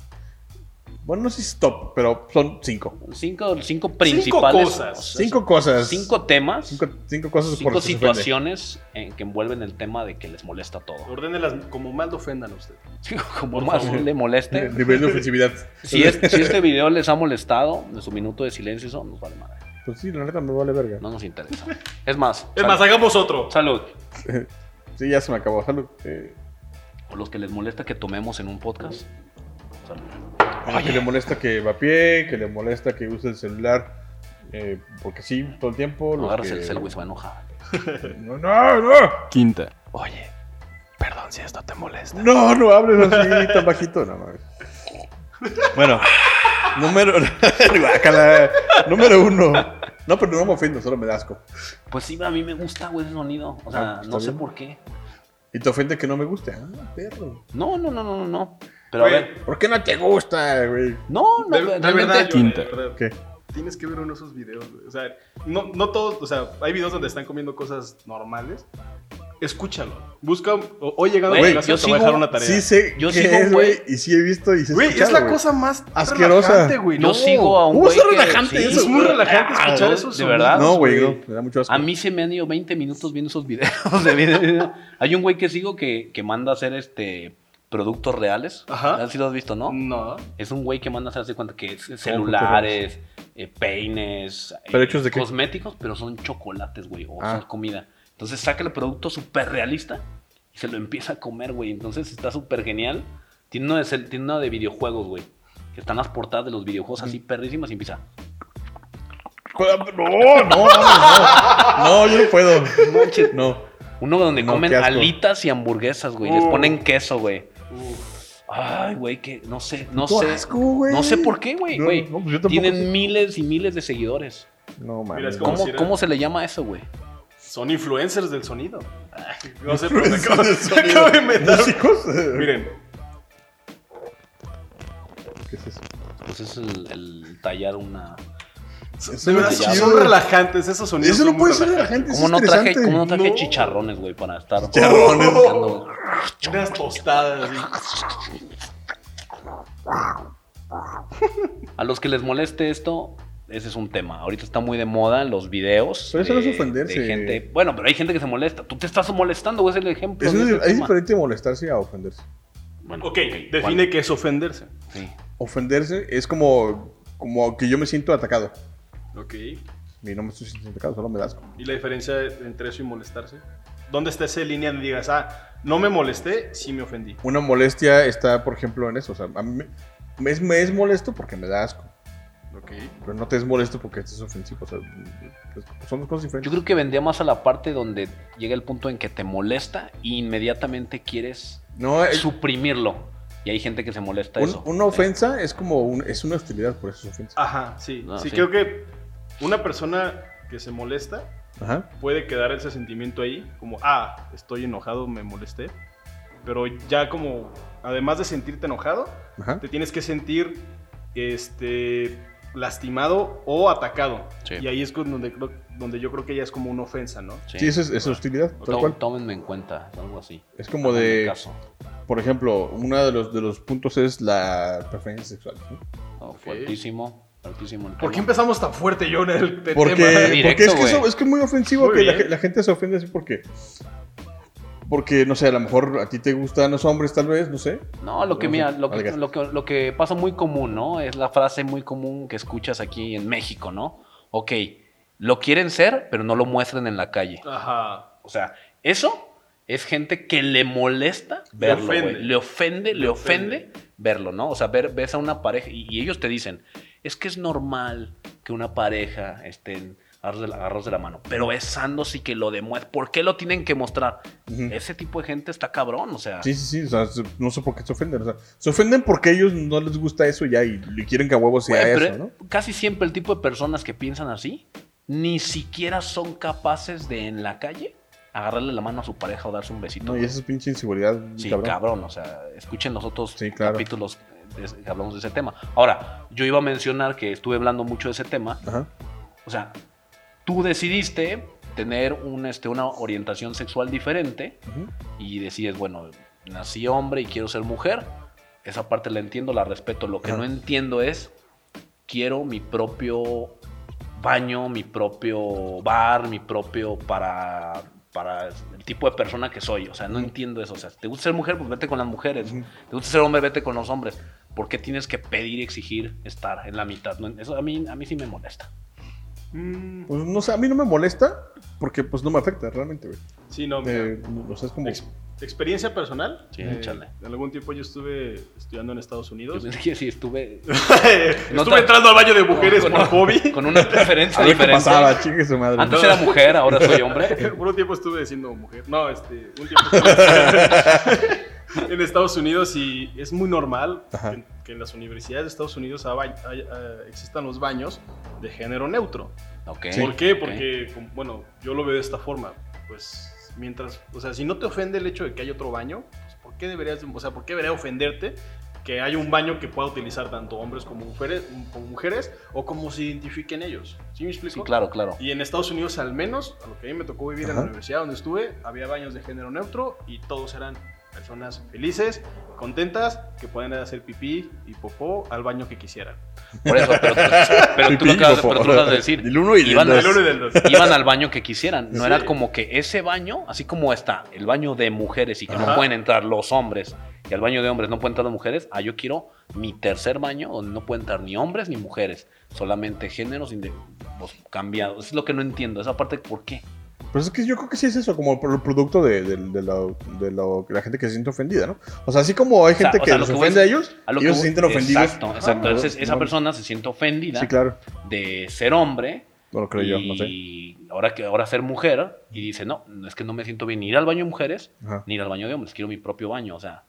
[SPEAKER 1] Bueno, no sé si es top, pero son 5.
[SPEAKER 2] cinco, cinco principales.
[SPEAKER 3] cosas,
[SPEAKER 1] Cinco cosas.
[SPEAKER 2] Cinco temas.
[SPEAKER 1] Cinco, cinco
[SPEAKER 2] Cinco,
[SPEAKER 1] cosas por las que se ofende.
[SPEAKER 2] situaciones en que envuelven el tema de que les molesta [laughs] todo.
[SPEAKER 3] Ordénelas como más lo ofendan a usted.
[SPEAKER 2] Como
[SPEAKER 3] Por
[SPEAKER 2] más
[SPEAKER 3] favor.
[SPEAKER 2] le moleste.
[SPEAKER 1] [laughs] El Nivel de ofensividad.
[SPEAKER 2] Si, es- si este video les ha molestado, en su minuto de silencio, eso nos vale madre.
[SPEAKER 1] Pues sí, la neta me vale verga.
[SPEAKER 2] No nos interesa. Es más,
[SPEAKER 3] Es más,
[SPEAKER 2] sal-
[SPEAKER 3] hagamos otro.
[SPEAKER 2] salud.
[SPEAKER 1] Sí, ya se me acabó. Salud. Eh,
[SPEAKER 2] O los que les molesta que tomemos en un podcast. Salud.
[SPEAKER 1] Que le molesta que va a pie, que le molesta que use el celular. eh, porque sí, todo el tiempo.
[SPEAKER 2] No
[SPEAKER 1] los
[SPEAKER 2] agarres
[SPEAKER 1] que-
[SPEAKER 2] el cel, güey, se va a enojar.
[SPEAKER 1] No, no, no.
[SPEAKER 3] Quinta.
[SPEAKER 4] Oye, perdón si esto te molesta.
[SPEAKER 1] No, no hables así tan bajito. No, mames. Bueno, número. [laughs] Guácala. número uno. No, pero no me ofendo, solo me da asco.
[SPEAKER 2] Pues sí, a mí me gusta, güey, ese sonido. O sea,
[SPEAKER 1] Ah, pues,
[SPEAKER 2] no
[SPEAKER 1] está
[SPEAKER 2] sé
[SPEAKER 1] bien.
[SPEAKER 2] por qué.
[SPEAKER 1] Y te ofende que no me guste. Ah, perro.
[SPEAKER 2] No, no, no, no, no, no. Pero a
[SPEAKER 3] Güey,
[SPEAKER 2] ver.
[SPEAKER 1] ¿Por qué no te gusta, güey?
[SPEAKER 2] No, no,
[SPEAKER 3] De, de
[SPEAKER 2] realmente-
[SPEAKER 3] verdad, yo,
[SPEAKER 4] Quinta.
[SPEAKER 3] de verdad,
[SPEAKER 1] ¿Qué?
[SPEAKER 3] Tienes que ver uno de esos videos. güey. O sea, no, no todos. O sea, hay videos donde están comiendo cosas normales. Escúchalo. Busca. o- Hoy llegando
[SPEAKER 2] Güey,
[SPEAKER 3] a tu casa,
[SPEAKER 2] yo
[SPEAKER 3] te voy a
[SPEAKER 2] sigo-
[SPEAKER 3] dejar una tarea.
[SPEAKER 1] Sí sé
[SPEAKER 2] Yo
[SPEAKER 1] qué
[SPEAKER 2] sigo un
[SPEAKER 1] es,
[SPEAKER 2] güey-
[SPEAKER 1] güey. Y sí he visto y sí he
[SPEAKER 3] Güey, es
[SPEAKER 1] escuchado,
[SPEAKER 3] la
[SPEAKER 1] güey.
[SPEAKER 3] cosa más
[SPEAKER 1] Asquerosa.
[SPEAKER 3] relajante, güey.
[SPEAKER 2] Yo
[SPEAKER 3] no.
[SPEAKER 2] sigo a un
[SPEAKER 1] ¿Cómo
[SPEAKER 2] güey
[SPEAKER 1] está
[SPEAKER 2] que-
[SPEAKER 1] relajante eso,
[SPEAKER 3] Es muy relajante escuchar
[SPEAKER 2] Ah,
[SPEAKER 3] esos
[SPEAKER 2] De verdad.
[SPEAKER 1] No, güey,
[SPEAKER 3] güey.
[SPEAKER 1] no, me da mucho asco.
[SPEAKER 2] A mí se me han ido 20 minutos viendo esos [laughs] videos de video. Hay un güey que sigo que, que manda a hacer este productos reales.
[SPEAKER 3] Ajá.
[SPEAKER 2] Así lo has visto, ¿no?
[SPEAKER 3] No.
[SPEAKER 2] Es un güey que manda a hacer hace cuenta que es celulares, eh, peines, eh,
[SPEAKER 1] Oh, ¿Pero hechos de qué?
[SPEAKER 2] cosméticos, pero son chocolates, güey, o
[SPEAKER 1] Ah.
[SPEAKER 2] son comida. Entonces saca el producto súper realista y se lo empieza a comer, güey. Entonces está súper genial. Tiene uno, de, cel- tiene uno de videojuegos, güey. Que están las portadas de los videojuegos
[SPEAKER 1] Mm.
[SPEAKER 2] así perrísimas y empieza.
[SPEAKER 1] No, no, no, [laughs] no. No, yo no puedo. No.
[SPEAKER 2] Uno donde
[SPEAKER 1] No,
[SPEAKER 2] comen
[SPEAKER 1] qué asco.
[SPEAKER 2] alitas y hamburguesas, güey. Les
[SPEAKER 3] Uh.
[SPEAKER 2] ponen queso, güey. Ay, güey, que no sé, no
[SPEAKER 1] Puto
[SPEAKER 2] sé.
[SPEAKER 1] asco, güey.
[SPEAKER 2] No sé por qué, güey.
[SPEAKER 1] No,
[SPEAKER 2] güey.
[SPEAKER 1] no, pues yo tampoco
[SPEAKER 2] Tienen
[SPEAKER 1] sé.
[SPEAKER 2] miles y miles de seguidores.
[SPEAKER 1] No
[SPEAKER 3] Mira,
[SPEAKER 1] mames.
[SPEAKER 3] es como-
[SPEAKER 2] ¿Cómo,
[SPEAKER 3] si era-
[SPEAKER 2] cómo se le llama eso, güey?
[SPEAKER 3] Son influencers del sonido. Ay, No
[SPEAKER 1] [laughs]
[SPEAKER 3] sé, pero me
[SPEAKER 1] Influencers
[SPEAKER 3] acabo,
[SPEAKER 1] del
[SPEAKER 3] [laughs] me
[SPEAKER 1] sonido.
[SPEAKER 3] acabo de inventar.
[SPEAKER 1] Músicos.
[SPEAKER 3] Miren,
[SPEAKER 1] ¿Qué es eso?
[SPEAKER 2] Pues es el, el tallar una.
[SPEAKER 3] son,
[SPEAKER 1] Eso
[SPEAKER 3] de
[SPEAKER 1] no
[SPEAKER 3] verdad,
[SPEAKER 2] te llama.
[SPEAKER 3] son relajantes esos sonidos.
[SPEAKER 1] Eso no
[SPEAKER 3] son
[SPEAKER 1] puede
[SPEAKER 3] muy
[SPEAKER 1] ser de la
[SPEAKER 3] relajantes.
[SPEAKER 1] gente.
[SPEAKER 2] ¿Cómo
[SPEAKER 1] es
[SPEAKER 2] no traje,
[SPEAKER 1] interesante.
[SPEAKER 2] cómo no traje
[SPEAKER 3] No.
[SPEAKER 2] chicharrones, güey, para estar.
[SPEAKER 1] Chicharrones.
[SPEAKER 2] Ando-
[SPEAKER 3] Unas tostadas. así.
[SPEAKER 2] A los que les moleste esto, ese es un tema. Ahorita está muy de moda los videos.
[SPEAKER 1] Pero eso
[SPEAKER 2] de-
[SPEAKER 1] no es ofenderse.
[SPEAKER 2] de gente. Bueno, pero hay gente que se molesta. Tú te estás molestando, güey, es el ejemplo.
[SPEAKER 1] Eso
[SPEAKER 2] de
[SPEAKER 1] es,
[SPEAKER 2] ese
[SPEAKER 1] es
[SPEAKER 2] este tema.
[SPEAKER 1] diferente molestarse a ofenderse.
[SPEAKER 2] Bueno,
[SPEAKER 3] Ok,
[SPEAKER 2] ¿cuál?
[SPEAKER 3] define qué es ofenderse.
[SPEAKER 2] Sí.
[SPEAKER 1] Ofenderse es como, como que yo me siento atacado.
[SPEAKER 3] Ok. ¿Y
[SPEAKER 1] Y no me estoy sintiendo atacado, solo me das.
[SPEAKER 3] la diferencia entre eso y molestarse? ¿Dónde está esa línea donde digas, ah, no me molesté, sí me ofendí?
[SPEAKER 1] Una molestia está, por ejemplo, en eso. O sea, a mí me, es, me es molesto porque me da asco.
[SPEAKER 3] Ok.
[SPEAKER 1] Pero no te es molesto porque esto es ofensivo. O sea, es- son dos cosas
[SPEAKER 2] Yo
[SPEAKER 1] diferentes.
[SPEAKER 2] creo que vendría más a la parte donde llega el punto en que te molesta e inmediatamente quieres
[SPEAKER 1] No, eh, es-
[SPEAKER 2] suprimirlo. Y hay gente que se molesta
[SPEAKER 1] un-
[SPEAKER 2] eso. Ah.
[SPEAKER 1] una ofensa es como un- es una hostilidad, por eso es ofensa.
[SPEAKER 3] Ajá, sí.
[SPEAKER 2] No,
[SPEAKER 3] sí,
[SPEAKER 2] sí.
[SPEAKER 3] creo que una persona que se molesta
[SPEAKER 1] Ajá.
[SPEAKER 3] puede quedar ese sentimiento ahí, como, ah, estoy enojado, me molesté. Pero ya como, además de sentirte enojado,
[SPEAKER 1] Ajá.
[SPEAKER 3] te tienes que sentir este, lastimado o atacado.
[SPEAKER 2] Sí.
[SPEAKER 3] Y ahí es con donde, creo- donde yo creo que ya es como una ofensa, ¿no?
[SPEAKER 1] Sí, eso es, es hostilidad, tal
[SPEAKER 2] Tó-
[SPEAKER 1] cual.
[SPEAKER 2] Tómenme en cuenta, algo así.
[SPEAKER 1] Es como
[SPEAKER 2] Hagan
[SPEAKER 1] de,
[SPEAKER 2] caso.
[SPEAKER 1] por ejemplo, uno de los, de los puntos es la preferencia sexual. ¿no?
[SPEAKER 2] No, Fuertísimo, fuertísimo. el
[SPEAKER 3] ¿Por qué
[SPEAKER 2] tema.
[SPEAKER 3] empezamos tan fuerte yo en el te-
[SPEAKER 1] Porque,
[SPEAKER 3] tema?
[SPEAKER 2] Directo,
[SPEAKER 1] porque es, que
[SPEAKER 2] güey.
[SPEAKER 1] eso- es que es muy ofensivo
[SPEAKER 3] Muy
[SPEAKER 1] que la,
[SPEAKER 3] bien.
[SPEAKER 1] ge- la gente se ofende así porque... Porque, no sé, a lo mejor a ti te gustan los hombres, tal vez, no sé.
[SPEAKER 2] No, lo que,
[SPEAKER 1] No,
[SPEAKER 2] mira,
[SPEAKER 1] sí,
[SPEAKER 2] lo que,
[SPEAKER 1] algas.
[SPEAKER 2] lo, que, lo que pasa muy común, ¿no? Es la frase muy común que escuchas aquí en México, ¿no? Ok, lo quieren ser, pero no lo muestren en la calle.
[SPEAKER 3] Ajá.
[SPEAKER 2] O sea, eso es gente que le molesta
[SPEAKER 3] Le
[SPEAKER 2] verlo, güey.
[SPEAKER 3] ofende.
[SPEAKER 2] Le ofende, le,
[SPEAKER 3] Le
[SPEAKER 2] ofende,
[SPEAKER 3] ofende.
[SPEAKER 2] verlo, ¿no? O sea, ver, ves a una pareja y, y ellos te dicen, es que es normal que una pareja esté agarrados de, la, agarrados de la mano, pero besándose y que lo demuestre. ¿Por qué lo tienen que mostrar?
[SPEAKER 1] Ujú.
[SPEAKER 2] Ese tipo de gente está cabrón, o sea.
[SPEAKER 1] Mm. Sí, sí, sí, o sea, se- no sé por qué se ofenden. O sea, se ofenden porque a ellos no les gusta eso ya y le quieren que a huevos sea
[SPEAKER 2] Güey, pero
[SPEAKER 1] eso, ¿no?
[SPEAKER 2] Casi siempre el tipo de personas que piensan así ni siquiera son capaces de en la calle agarrarle la mano a su pareja o darse un besito.
[SPEAKER 1] No, y
[SPEAKER 2] güey.
[SPEAKER 1] esa es pinche inseguridad,
[SPEAKER 2] sí, cabrón.
[SPEAKER 1] cabrón.
[SPEAKER 2] o sea, escuchen los otros
[SPEAKER 1] Sí, claro.
[SPEAKER 2] capítulos de- que hablamos de ese tema. Ahora, yo iba a mencionar que estuve hablando mucho de ese tema.
[SPEAKER 1] Ajá.
[SPEAKER 2] O sea, tú decidiste tener un, este, una orientación sexual diferente
[SPEAKER 1] ujú.
[SPEAKER 2] y decides, bueno, nací hombre y quiero ser mujer. Esa parte la entiendo, la respeto. Lo que
[SPEAKER 1] Ajá.
[SPEAKER 2] no entiendo es, quiero mi propio baño, mi propio bar, mi propio para, para el tipo de persona que soy. O sea, no entiendo eso. O sea, te gusta ser mujer, pues vete con las mujeres.
[SPEAKER 1] Ujú.
[SPEAKER 2] Te gusta ser hombre, vete con los hombres. ¿Por qué tienes que pedir y exigir estar en la mitad? No, Eso a mí, a mí sí me molesta.
[SPEAKER 3] Mm,
[SPEAKER 1] Pues no sé, a mí no me molesta porque pues no me afecta realmente, güey.
[SPEAKER 3] sí, no, mira.
[SPEAKER 1] Eh, o sea, es como...
[SPEAKER 3] Ex- experiencia personal.
[SPEAKER 2] Sí,
[SPEAKER 3] eh,
[SPEAKER 2] échale.
[SPEAKER 3] En algún tiempo yo estuve estudiando en Estados
[SPEAKER 2] Yo
[SPEAKER 3] Unidos.
[SPEAKER 2] pensé que si estuve [laughs] No
[SPEAKER 3] estuve
[SPEAKER 2] te-
[SPEAKER 3] entrando al baño de mujeres
[SPEAKER 2] con-
[SPEAKER 3] por hobby.
[SPEAKER 2] con una preferencia
[SPEAKER 1] A ver qué
[SPEAKER 2] diferente.
[SPEAKER 1] pasaba, chingue su madre.
[SPEAKER 2] Antes era mujer, ahora
[SPEAKER 3] [laughs]
[SPEAKER 2] soy hombre.
[SPEAKER 3] Por un tiempo estuve siendo mujer. No, este, un tiempo estuve en Estados Unidos y es muy normal
[SPEAKER 1] Ajá.
[SPEAKER 3] que, que en las universidades de Estados Unidos haba- hay- eh, existan los baños de género neutro.
[SPEAKER 2] Ok,
[SPEAKER 3] ¿Por qué?
[SPEAKER 2] ok.
[SPEAKER 3] Porque, como- bueno, yo lo veo de esta forma. Pues mientras, o sea, si no te ofende el hecho de que hay otro baño, pues, ¿por qué deberías, de- o sea, por qué debería ofenderte que haya un baño que pueda utilizar tanto hombres como mujeres, como mujeres o como se identifiquen ellos? ¿Sí me explico?
[SPEAKER 2] Sí, claro, claro.
[SPEAKER 3] Y en Estados Unidos, al menos, a lo que a mí me tocó vivir en
[SPEAKER 1] Ajá.
[SPEAKER 3] la universidad donde estuve, había baños de género neutro y todos eran personas felices, contentas, que pueden hacer pipí y popó al baño que quisieran.
[SPEAKER 2] Por eso, pero, pero tú lo
[SPEAKER 1] Pipí,
[SPEAKER 2] acabas,
[SPEAKER 1] por
[SPEAKER 2] pero tú
[SPEAKER 1] favor.
[SPEAKER 2] lo acabas de decir.
[SPEAKER 1] Del uno y del
[SPEAKER 2] iban,
[SPEAKER 1] dos.
[SPEAKER 3] Del uno y del dos.
[SPEAKER 2] [laughs] iban al baño que quisieran. No
[SPEAKER 3] Sí.
[SPEAKER 2] era como que ese baño, así como está el baño de mujeres y que no
[SPEAKER 3] Ajá.
[SPEAKER 2] pueden entrar los hombres y al baño de hombres no pueden entrar las mujeres. Ah, yo quiero mi tercer baño donde no pueden entrar ni hombres ni mujeres, solamente géneros inde- pues, cambiados. Es lo que no entiendo. Esa parte, ¿por qué?
[SPEAKER 1] Pues es que yo creo que sí es eso, como por el producto de, de- de lo- de lo- la gente que se siente ofendida, ¿no? O sea, así como hay
[SPEAKER 2] sea,
[SPEAKER 1] gente
[SPEAKER 2] o sea,
[SPEAKER 1] que
[SPEAKER 2] lo
[SPEAKER 1] los
[SPEAKER 2] que voy
[SPEAKER 1] ofende a
[SPEAKER 2] es-
[SPEAKER 1] ellos,
[SPEAKER 2] A lo que
[SPEAKER 1] ellos se
[SPEAKER 2] voy-
[SPEAKER 1] sienten ofendidos.
[SPEAKER 2] Exacto, exacto.
[SPEAKER 1] Ah,
[SPEAKER 2] Entonces,
[SPEAKER 1] no,
[SPEAKER 2] esa
[SPEAKER 1] no,
[SPEAKER 2] persona se siente ofendida
[SPEAKER 1] Sí, claro.
[SPEAKER 2] de ser hombre.
[SPEAKER 1] No lo creo yo,
[SPEAKER 2] y
[SPEAKER 1] no sé.
[SPEAKER 2] ahora que ahora ser mujer y dice, no, no, es que no me siento bien ni ir al baño de mujeres
[SPEAKER 1] Ajá.
[SPEAKER 2] ni ir al baño de hombres, quiero mi propio baño, o sea,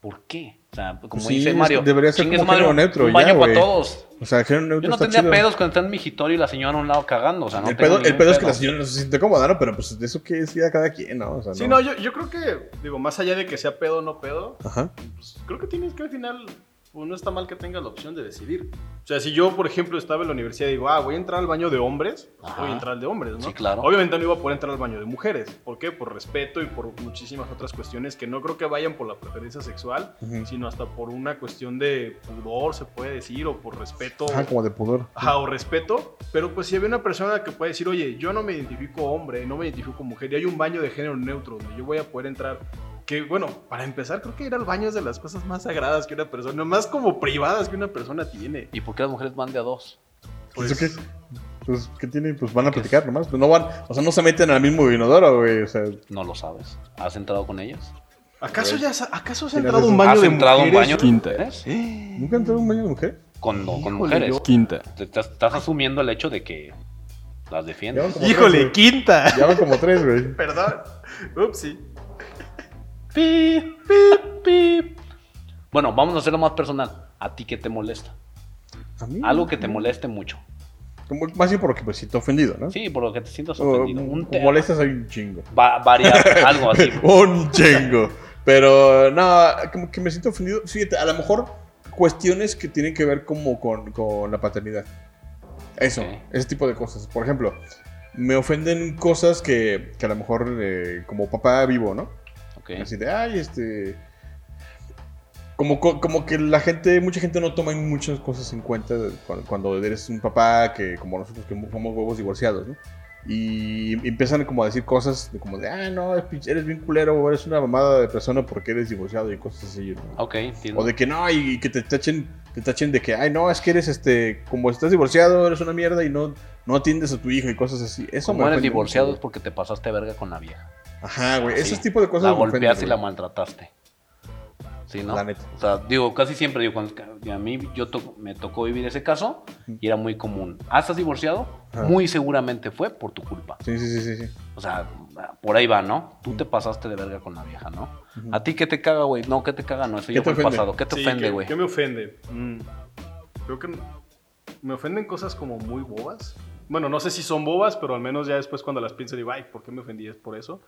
[SPEAKER 2] ¿Por qué? O sea, como
[SPEAKER 1] Sí,
[SPEAKER 2] dice
[SPEAKER 1] es-
[SPEAKER 2] Mario,
[SPEAKER 1] debería ser
[SPEAKER 2] chingue
[SPEAKER 1] como
[SPEAKER 2] su madre,
[SPEAKER 1] género
[SPEAKER 2] un-
[SPEAKER 1] neutro
[SPEAKER 2] un
[SPEAKER 1] ya,
[SPEAKER 2] baño para
[SPEAKER 1] güey.
[SPEAKER 2] todos.
[SPEAKER 1] O sea, el género neutro
[SPEAKER 2] Yo no
[SPEAKER 1] está
[SPEAKER 2] tendría
[SPEAKER 1] chido.
[SPEAKER 2] pedos cuando está en mi jitorio y la señora a un lado cagando. O sea, no
[SPEAKER 1] el
[SPEAKER 2] tengo
[SPEAKER 1] pedo, el
[SPEAKER 2] ningún
[SPEAKER 1] pedo es que
[SPEAKER 2] pedo.
[SPEAKER 1] la señora no se siente cómoda, ¿no? Pero pues de eso que es ya cada quien, ¿no? O sea,
[SPEAKER 3] Sí, no, yo, yo creo que, digo, más allá de que sea pedo o no pedo,
[SPEAKER 1] Ajá.
[SPEAKER 3] pues, creo que tienes que al final, pues, no está mal que tengas la opción de decidir. O sea, si yo, por ejemplo, estaba en la universidad y digo, ah, voy a entrar al baño de hombres, pues,
[SPEAKER 2] Ajá.
[SPEAKER 3] voy a entrar al de hombres, ¿no?
[SPEAKER 2] Sí, claro.
[SPEAKER 3] Obviamente no iba a poder entrar al baño de mujeres. ¿Por qué? Por respeto y por muchísimas otras cuestiones que no creo que vayan por la preferencia sexual,
[SPEAKER 1] Ujú.
[SPEAKER 3] sino hasta por una cuestión de pudor, se puede decir, o por respeto.
[SPEAKER 1] Ajá, como de pudor.
[SPEAKER 3] Ajá, o respeto, pero pues si había una persona que puede decir, oye, yo no me identifico hombre, no me identifico mujer, y hay un baño de género neutro donde yo voy a poder entrar. Que bueno, para empezar, creo que ir al baño es de las cosas más sagradas que una persona, más como privadas que una persona tiene.
[SPEAKER 2] ¿Y por qué las mujeres van de a dos?
[SPEAKER 3] Pues,
[SPEAKER 1] ¿Eso qué? Pues, ¿qué tienen? Pues van a platicar nomás. Pues, no van, o sea, no se meten al mismo inodoro, güey. O sea,
[SPEAKER 2] No lo sabes. ¿Has entrado con ellas?
[SPEAKER 3] ¿Acaso ya sa- acaso has
[SPEAKER 1] Mira,
[SPEAKER 3] entrado a
[SPEAKER 1] desde-
[SPEAKER 3] un baño
[SPEAKER 2] ¿Has
[SPEAKER 3] de
[SPEAKER 2] entrado a un
[SPEAKER 3] mujeres? ¿Eh?
[SPEAKER 2] baño
[SPEAKER 4] Quinta.
[SPEAKER 2] ¿Ves?
[SPEAKER 1] ¿nunca entró a un baño de mujer?
[SPEAKER 2] Con, con
[SPEAKER 4] Híjole,
[SPEAKER 2] mujeres.
[SPEAKER 4] yo- Quinta.
[SPEAKER 2] Te estás, estás asumiendo el hecho de que
[SPEAKER 1] Ya
[SPEAKER 2] las
[SPEAKER 1] van
[SPEAKER 2] defiendes.
[SPEAKER 1] como tres,
[SPEAKER 3] Híjole,
[SPEAKER 1] güey.
[SPEAKER 3] quinta.
[SPEAKER 1] Ya van como tres, güey.
[SPEAKER 3] Perdón. Upsi.
[SPEAKER 2] Pip, pip, pip. Bueno, vamos a hacerlo más personal. ¿A ti qué te molesta?
[SPEAKER 1] A mí,
[SPEAKER 2] Algo que te moleste mucho.
[SPEAKER 1] Como, más bien por lo que me siento ofendido, ¿no?
[SPEAKER 2] Sí, por lo que te sientas
[SPEAKER 1] O,
[SPEAKER 2] ofendido. Un
[SPEAKER 1] o
[SPEAKER 2] te-
[SPEAKER 1] molestas hay un chingo.
[SPEAKER 2] va- variar, algo así.
[SPEAKER 1] [laughs] Un chingo. Pero no, como que me siento ofendido. Fíjate, a lo mejor cuestiones que tienen que ver como con, con la paternidad. Eso,
[SPEAKER 2] Ok.
[SPEAKER 1] ese tipo de cosas. Por ejemplo, me ofenden cosas que, que a lo mejor eh, como papá vivo, ¿no?
[SPEAKER 2] Ok.
[SPEAKER 1] [laughs] Así de, ay, este... Como, co- como que la gente, mucha gente no toma muchas cosas en cuenta cuando, cuando eres un papá que, como nosotros, que somos huevos divorciados, ¿no? Y empiezan como a decir cosas de como de, ah, no, es pinche- eres bien culero, o eres una mamada de persona porque eres divorciado y cosas así, ¿no?
[SPEAKER 2] Ok, entiendo.
[SPEAKER 1] O de que no, y que te tachen, te tachen de que, ay, no, es que eres este, como estás divorciado, eres una mierda y no, no atiendes a tu hijo y cosas así. Eso me
[SPEAKER 2] Como eres
[SPEAKER 1] ofende mucho,
[SPEAKER 2] divorciado es
[SPEAKER 1] güey.
[SPEAKER 2] porque te pasaste verga con la vieja.
[SPEAKER 1] Ajá, güey,
[SPEAKER 2] Sí.
[SPEAKER 1] esos tipos de cosas
[SPEAKER 2] La
[SPEAKER 1] me ofenden,
[SPEAKER 2] golpeaste y la
[SPEAKER 1] güey.
[SPEAKER 2] maltrataste. Sí, ¿no?
[SPEAKER 1] La neta.
[SPEAKER 2] O sea, digo, casi siempre, digo, cuando- a mí yo to- me tocó vivir ese caso y era muy común. Ah, estás divorciado,
[SPEAKER 1] Ajá.
[SPEAKER 2] muy seguramente fue por tu culpa.
[SPEAKER 1] Sí, sí, sí, sí. sí.
[SPEAKER 2] O sea, por ahí va, ¿no? Tú te pasaste de verga con la vieja, ¿no?
[SPEAKER 1] Ujú.
[SPEAKER 2] ¿A ti qué te caga, güey? No, ¿qué te caga? No, eso
[SPEAKER 1] ¿Qué
[SPEAKER 2] ya
[SPEAKER 1] te
[SPEAKER 2] fue el
[SPEAKER 1] ofende?
[SPEAKER 2] pasado. ¿Qué te
[SPEAKER 3] Sí,
[SPEAKER 2] ofende,
[SPEAKER 3] ¿qué-
[SPEAKER 2] güey?
[SPEAKER 3] ¿Qué me ofende? Mm, Creo que me ofenden cosas como muy bobas. Bueno, no sé si son bobas, pero al menos ya después cuando las pienso digo, ay, ¿por qué me ofendí? Es por eso.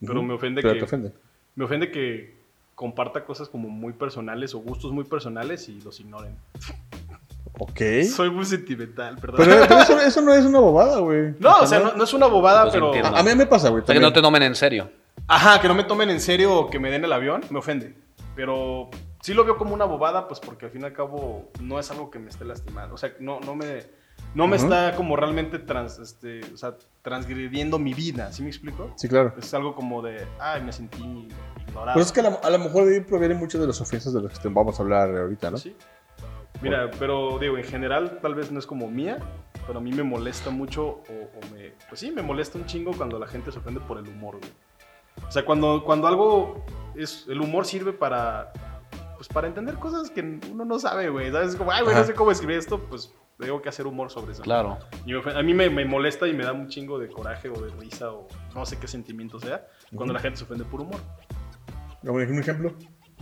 [SPEAKER 3] Pero
[SPEAKER 1] Ujú.
[SPEAKER 3] me ofende
[SPEAKER 1] Pero
[SPEAKER 3] que...
[SPEAKER 1] te ofende.
[SPEAKER 3] Me ofende que comparta cosas como muy personales o gustos muy personales y los ignoren.
[SPEAKER 1] Ok.
[SPEAKER 3] Soy muy sentimental, perdón.
[SPEAKER 1] Pero, pero eso, eso no es una bobada, güey.
[SPEAKER 3] [laughs] no, o sea, no, no es una bobada,
[SPEAKER 2] Lo
[SPEAKER 3] pero...
[SPEAKER 2] entiendo.
[SPEAKER 1] A, a mí me pasa, güey.
[SPEAKER 2] O sea, que
[SPEAKER 1] también.
[SPEAKER 2] no te tomen en serio.
[SPEAKER 3] Ajá, que no me tomen en serio o que me den el avión, me ofende. Pero sí lo veo como una bobada, pues porque al fin y al cabo no es algo que me esté lastimando. O sea, no, no me, no me
[SPEAKER 1] Ujú.
[SPEAKER 3] está como realmente trans, este, o sea, transgrediendo mi vida, ¿sí me explico?
[SPEAKER 1] Sí, claro.
[SPEAKER 3] Es algo como de, ay, me sentí ignorado.
[SPEAKER 1] Pero es que a, la- a lo mejor de ahí provienen muchas de las ofensas de las que te vamos a hablar ahorita, ¿no?
[SPEAKER 3] Sí. Mira, pero digo, en general tal vez no es como mía, pero a mí me molesta mucho o, o me... Pues sí, me molesta un chingo cuando la gente se ofende por el humor, güey. O sea, cuando, cuando algo es... El humor sirve para... Pues para entender cosas que uno no sabe, güey. ¿Sabes? Como, ay, güey, no
[SPEAKER 1] Ajá.
[SPEAKER 3] sé cómo escribir esto, pues tengo que hacer humor sobre eso.
[SPEAKER 2] Claro.
[SPEAKER 3] Y me ofende- a mí me, me molesta y me da un chingo de coraje o de risa o no sé qué sentimiento sea cuando
[SPEAKER 1] Ujú.
[SPEAKER 3] la gente se ofende por humor.
[SPEAKER 1] Un un ejemplo.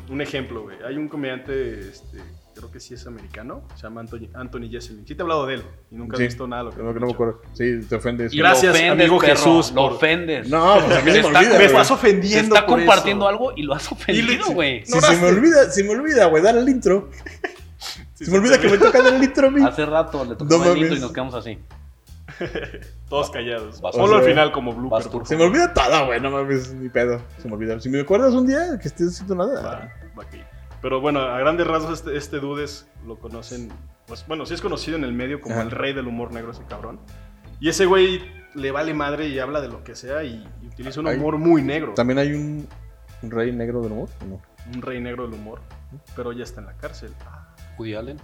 [SPEAKER 3] Un ejemplo, güey. Hay un comediante, este, creo que sí es americano, se llama Anthony, Anthony Jeselnik. Sí te he hablado de él y nunca
[SPEAKER 1] Sí.
[SPEAKER 3] he visto nada de lo que
[SPEAKER 1] No,
[SPEAKER 3] me
[SPEAKER 1] que no me acuerdo. Sí, te ofende.
[SPEAKER 2] Y
[SPEAKER 1] sí.
[SPEAKER 2] lo
[SPEAKER 3] Gracias, amigo
[SPEAKER 2] perro,
[SPEAKER 3] Jesús,
[SPEAKER 2] Lo
[SPEAKER 3] por-
[SPEAKER 2] ofendes.
[SPEAKER 1] No, pues a mí se me
[SPEAKER 2] Está-
[SPEAKER 1] olvida,
[SPEAKER 3] Me
[SPEAKER 1] güey.
[SPEAKER 3] estás
[SPEAKER 2] Se
[SPEAKER 3] ofendiendo.
[SPEAKER 2] está
[SPEAKER 3] por
[SPEAKER 2] compartiendo
[SPEAKER 3] eso.
[SPEAKER 2] algo y lo has ofendido, güey.
[SPEAKER 1] Sí, se me olvida, se me olvida, güey, dar el intro.
[SPEAKER 3] Sí,
[SPEAKER 1] se
[SPEAKER 3] sí,
[SPEAKER 1] me olvida
[SPEAKER 3] sí.
[SPEAKER 1] que me toca dar el intro a mí.
[SPEAKER 2] Hace rato le
[SPEAKER 1] No
[SPEAKER 2] tocó el hito y
[SPEAKER 1] mames.
[SPEAKER 2] nos quedamos así.
[SPEAKER 3] Todos callados.
[SPEAKER 2] Vas-
[SPEAKER 3] Solo
[SPEAKER 1] o
[SPEAKER 3] al
[SPEAKER 1] sea,
[SPEAKER 3] final como
[SPEAKER 2] vas
[SPEAKER 3] blooper.
[SPEAKER 2] tú.
[SPEAKER 3] por
[SPEAKER 1] Se me
[SPEAKER 3] favor.
[SPEAKER 1] olvida todo, güey, no mames, ni pedo. Se me olvida. Si me acuerdas un día que estés haciendo nada.
[SPEAKER 3] Va, va aquí. Pero bueno, a grandes rasgos este, este Dudes lo conocen, pues bueno, sí es conocido en el medio como
[SPEAKER 1] Ajá.
[SPEAKER 3] el rey del humor negro ese cabrón. Y ese güey le vale madre y habla de lo que sea y, y utiliza un
[SPEAKER 1] Ay.
[SPEAKER 3] humor muy negro.
[SPEAKER 1] ¿También hay un, un rey negro del humor? ¿o No.
[SPEAKER 3] Un rey negro del humor, pero ya está en la cárcel.
[SPEAKER 2] Woody Allen.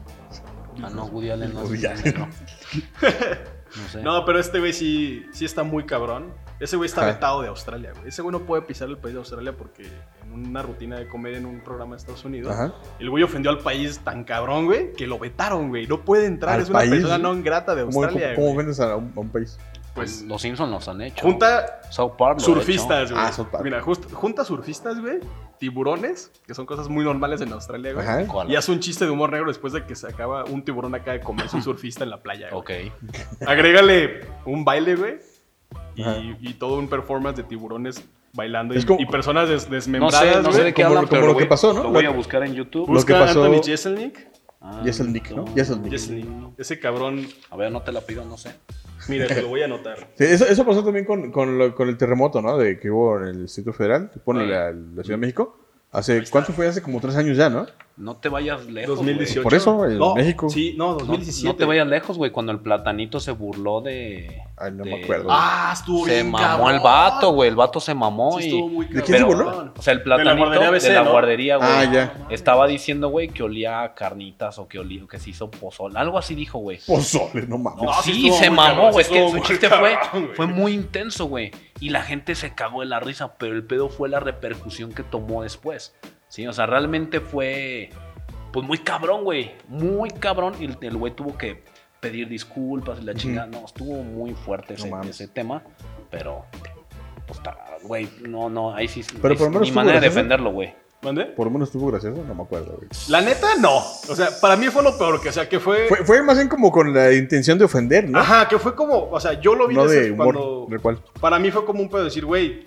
[SPEAKER 2] Ah, no, Woody Allen no.
[SPEAKER 1] Woody
[SPEAKER 2] es
[SPEAKER 1] Allen. [laughs]
[SPEAKER 2] negro. No sé.
[SPEAKER 3] No, pero este güey sí, sí está muy cabrón. Ese güey está
[SPEAKER 1] Ajá.
[SPEAKER 3] vetado de Australia, güey. Ese güey no puede pisar el país de Australia porque en una rutina de comedia en un programa de Estados Unidos,
[SPEAKER 1] Ajá.
[SPEAKER 3] el güey ofendió al país tan cabrón, güey, que lo vetaron, güey. No puede entrar,
[SPEAKER 1] ¿Al
[SPEAKER 3] es una
[SPEAKER 1] país,
[SPEAKER 3] persona
[SPEAKER 1] güey?
[SPEAKER 3] no grata de
[SPEAKER 1] ¿Cómo,
[SPEAKER 3] Australia,
[SPEAKER 1] cómo
[SPEAKER 3] güey.
[SPEAKER 1] vendes a un, a un país?
[SPEAKER 3] Pues
[SPEAKER 2] Los Simpsons los han hecho.
[SPEAKER 3] junta
[SPEAKER 2] South Park. lo ha hecho.
[SPEAKER 3] surfistas, güey.
[SPEAKER 1] Ah, South Park.
[SPEAKER 3] Mira, just- junta surfistas, güey, tiburones, que son cosas muy normales en Australia, güey.
[SPEAKER 1] Ajá.
[SPEAKER 2] ¿Cuál?
[SPEAKER 3] Y hace un chiste de humor negro después de que se acaba un tiburón acá de comerse un surfista en la playa. güey.
[SPEAKER 2] Ok.
[SPEAKER 3] Agrégale un baile, güey. Y,
[SPEAKER 1] Ajá.
[SPEAKER 3] y todo un performance de tiburones bailando
[SPEAKER 1] Es
[SPEAKER 3] y,
[SPEAKER 1] como-
[SPEAKER 3] y personas des-
[SPEAKER 2] No
[SPEAKER 3] desmembradas.
[SPEAKER 2] sé, no sé
[SPEAKER 3] güey.
[SPEAKER 2] de qué
[SPEAKER 1] Como-
[SPEAKER 2] hablan,
[SPEAKER 1] como
[SPEAKER 2] pero
[SPEAKER 1] lo
[SPEAKER 2] lo
[SPEAKER 1] que pasó, ¿no?
[SPEAKER 2] Lo voy
[SPEAKER 1] Lo-
[SPEAKER 2] a buscar en YouTube.
[SPEAKER 1] Lo que
[SPEAKER 3] Busca a
[SPEAKER 1] pasó-
[SPEAKER 3] Anthony Jeselnik.
[SPEAKER 2] Ah,
[SPEAKER 1] Jeselnik, ¿no?
[SPEAKER 2] no.
[SPEAKER 1] Jeselnik.
[SPEAKER 3] Jeselnik. Ese cabrón.
[SPEAKER 2] A ver, no te la pido, no sé.
[SPEAKER 3] Mira, te lo voy a anotar.
[SPEAKER 1] Sí, eso, eso pasó también con, con lo- con el terremoto, ¿no? De que hubo en el Distrito Federal, que pone
[SPEAKER 2] Sí. Mm.
[SPEAKER 1] la, la Ciudad de México. Hace, ¿Cuánto fue? Hace como tres años ya, ¿no?
[SPEAKER 2] No te vayas [laughs] lejos.
[SPEAKER 3] 2018.
[SPEAKER 1] Por eso, el
[SPEAKER 3] No,
[SPEAKER 1] México.
[SPEAKER 3] Sí, no,
[SPEAKER 2] güey. No,
[SPEAKER 3] 2017.
[SPEAKER 2] no te vayas lejos, güey. Cuando el platanito se burló de.
[SPEAKER 1] Ay, no me
[SPEAKER 2] de-
[SPEAKER 1] acuerdo.
[SPEAKER 3] Ah, estuvo
[SPEAKER 2] Se
[SPEAKER 3] bien
[SPEAKER 2] mamó
[SPEAKER 3] cabrón.
[SPEAKER 2] el vato, güey. El vato se mamó
[SPEAKER 3] Sí,
[SPEAKER 2] y.
[SPEAKER 3] estuvo muy
[SPEAKER 1] ¿De
[SPEAKER 3] cabrón.
[SPEAKER 1] quién se
[SPEAKER 2] Pero,
[SPEAKER 1] burló?
[SPEAKER 2] O sea, el
[SPEAKER 3] la
[SPEAKER 2] platanito
[SPEAKER 3] guardería BC,
[SPEAKER 2] de la
[SPEAKER 3] ¿no?
[SPEAKER 2] guardería, güey.
[SPEAKER 1] Ah, ya.
[SPEAKER 2] Estaba diciendo, güey, que olía a carnitas o que olía, que se hizo pozol. Algo así dijo, güey.
[SPEAKER 1] Pozole, no mames.
[SPEAKER 3] No, sí
[SPEAKER 2] sí,
[SPEAKER 3] estuvo
[SPEAKER 2] se
[SPEAKER 3] muy
[SPEAKER 2] mamó,
[SPEAKER 3] cabrón,
[SPEAKER 2] güey. Es
[SPEAKER 3] sí
[SPEAKER 2] que
[SPEAKER 3] estuvo
[SPEAKER 2] su
[SPEAKER 3] muy
[SPEAKER 2] chiste
[SPEAKER 3] cabrón,
[SPEAKER 2] fue,
[SPEAKER 3] güey.
[SPEAKER 2] fue muy intenso, güey. Y la gente se cagó de la risa, pero el pedo fue la repercusión que tomó después. Sí, o sea, realmente fue. Pues muy cabrón, güey. Muy cabrón. Y el- el güey tuvo que pedir disculpas y la chingada. No, estuvo muy fuerte ese,
[SPEAKER 1] mames.
[SPEAKER 2] ese tema. Pero. Pues, ta- güey, no, no. Ahí sí.
[SPEAKER 1] Pero
[SPEAKER 2] es
[SPEAKER 1] por lo menos ¿eh?
[SPEAKER 2] mi
[SPEAKER 1] estuvo
[SPEAKER 2] manera de
[SPEAKER 1] gracioso.
[SPEAKER 2] defenderlo, güey.
[SPEAKER 3] ¿Mandé?
[SPEAKER 1] Por lo menos estuvo gracioso, no me acuerdo, güey.
[SPEAKER 3] La neta, no. O sea, para mí fue lo peor. Que, o sea, que fue.
[SPEAKER 1] Fue, fue más bien como con la intención de ofender, ¿no?
[SPEAKER 3] Ajá, que fue como. O sea, yo lo vi
[SPEAKER 1] no
[SPEAKER 3] desde
[SPEAKER 1] de humor.
[SPEAKER 3] cuando.
[SPEAKER 1] tal cual.
[SPEAKER 3] Para mí fue como un pedo decir, güey,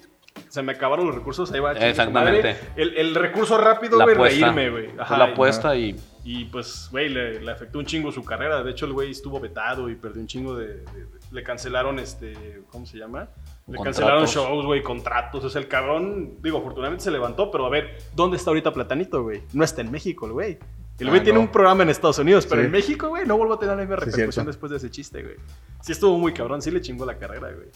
[SPEAKER 3] se me acabaron los recursos, ahí va. chingue su
[SPEAKER 2] Exactamente.
[SPEAKER 3] madre. El, el recurso rápido,
[SPEAKER 2] La
[SPEAKER 3] güey,
[SPEAKER 2] apuesta.
[SPEAKER 3] reírme, güey. Ajá,
[SPEAKER 2] Fue la
[SPEAKER 3] y-
[SPEAKER 2] apuesta y.
[SPEAKER 3] Y pues, güey, le, le afectó un chingo su carrera. De hecho, el güey estuvo vetado y perdió un chingo de. de- de- le cancelaron este. ¿Cómo se llama? Le
[SPEAKER 2] Contratos.
[SPEAKER 3] cancelaron shows, güey, contratos. O sea, el cabrón, digo, afortunadamente se levantó, pero a ver, ¿dónde está ahorita Platanito, güey? No está en México, el güey. El güey
[SPEAKER 1] Ah,
[SPEAKER 3] tiene
[SPEAKER 1] no.
[SPEAKER 3] un programa en Estados Unidos, pero
[SPEAKER 1] Sí.
[SPEAKER 3] en México, güey, no vuelvo a tener la misma
[SPEAKER 1] Sí,
[SPEAKER 3] repercusión
[SPEAKER 1] cierto.
[SPEAKER 3] después de ese chiste, güey. Sí estuvo muy cabrón, sí le chingó la carrera, güey.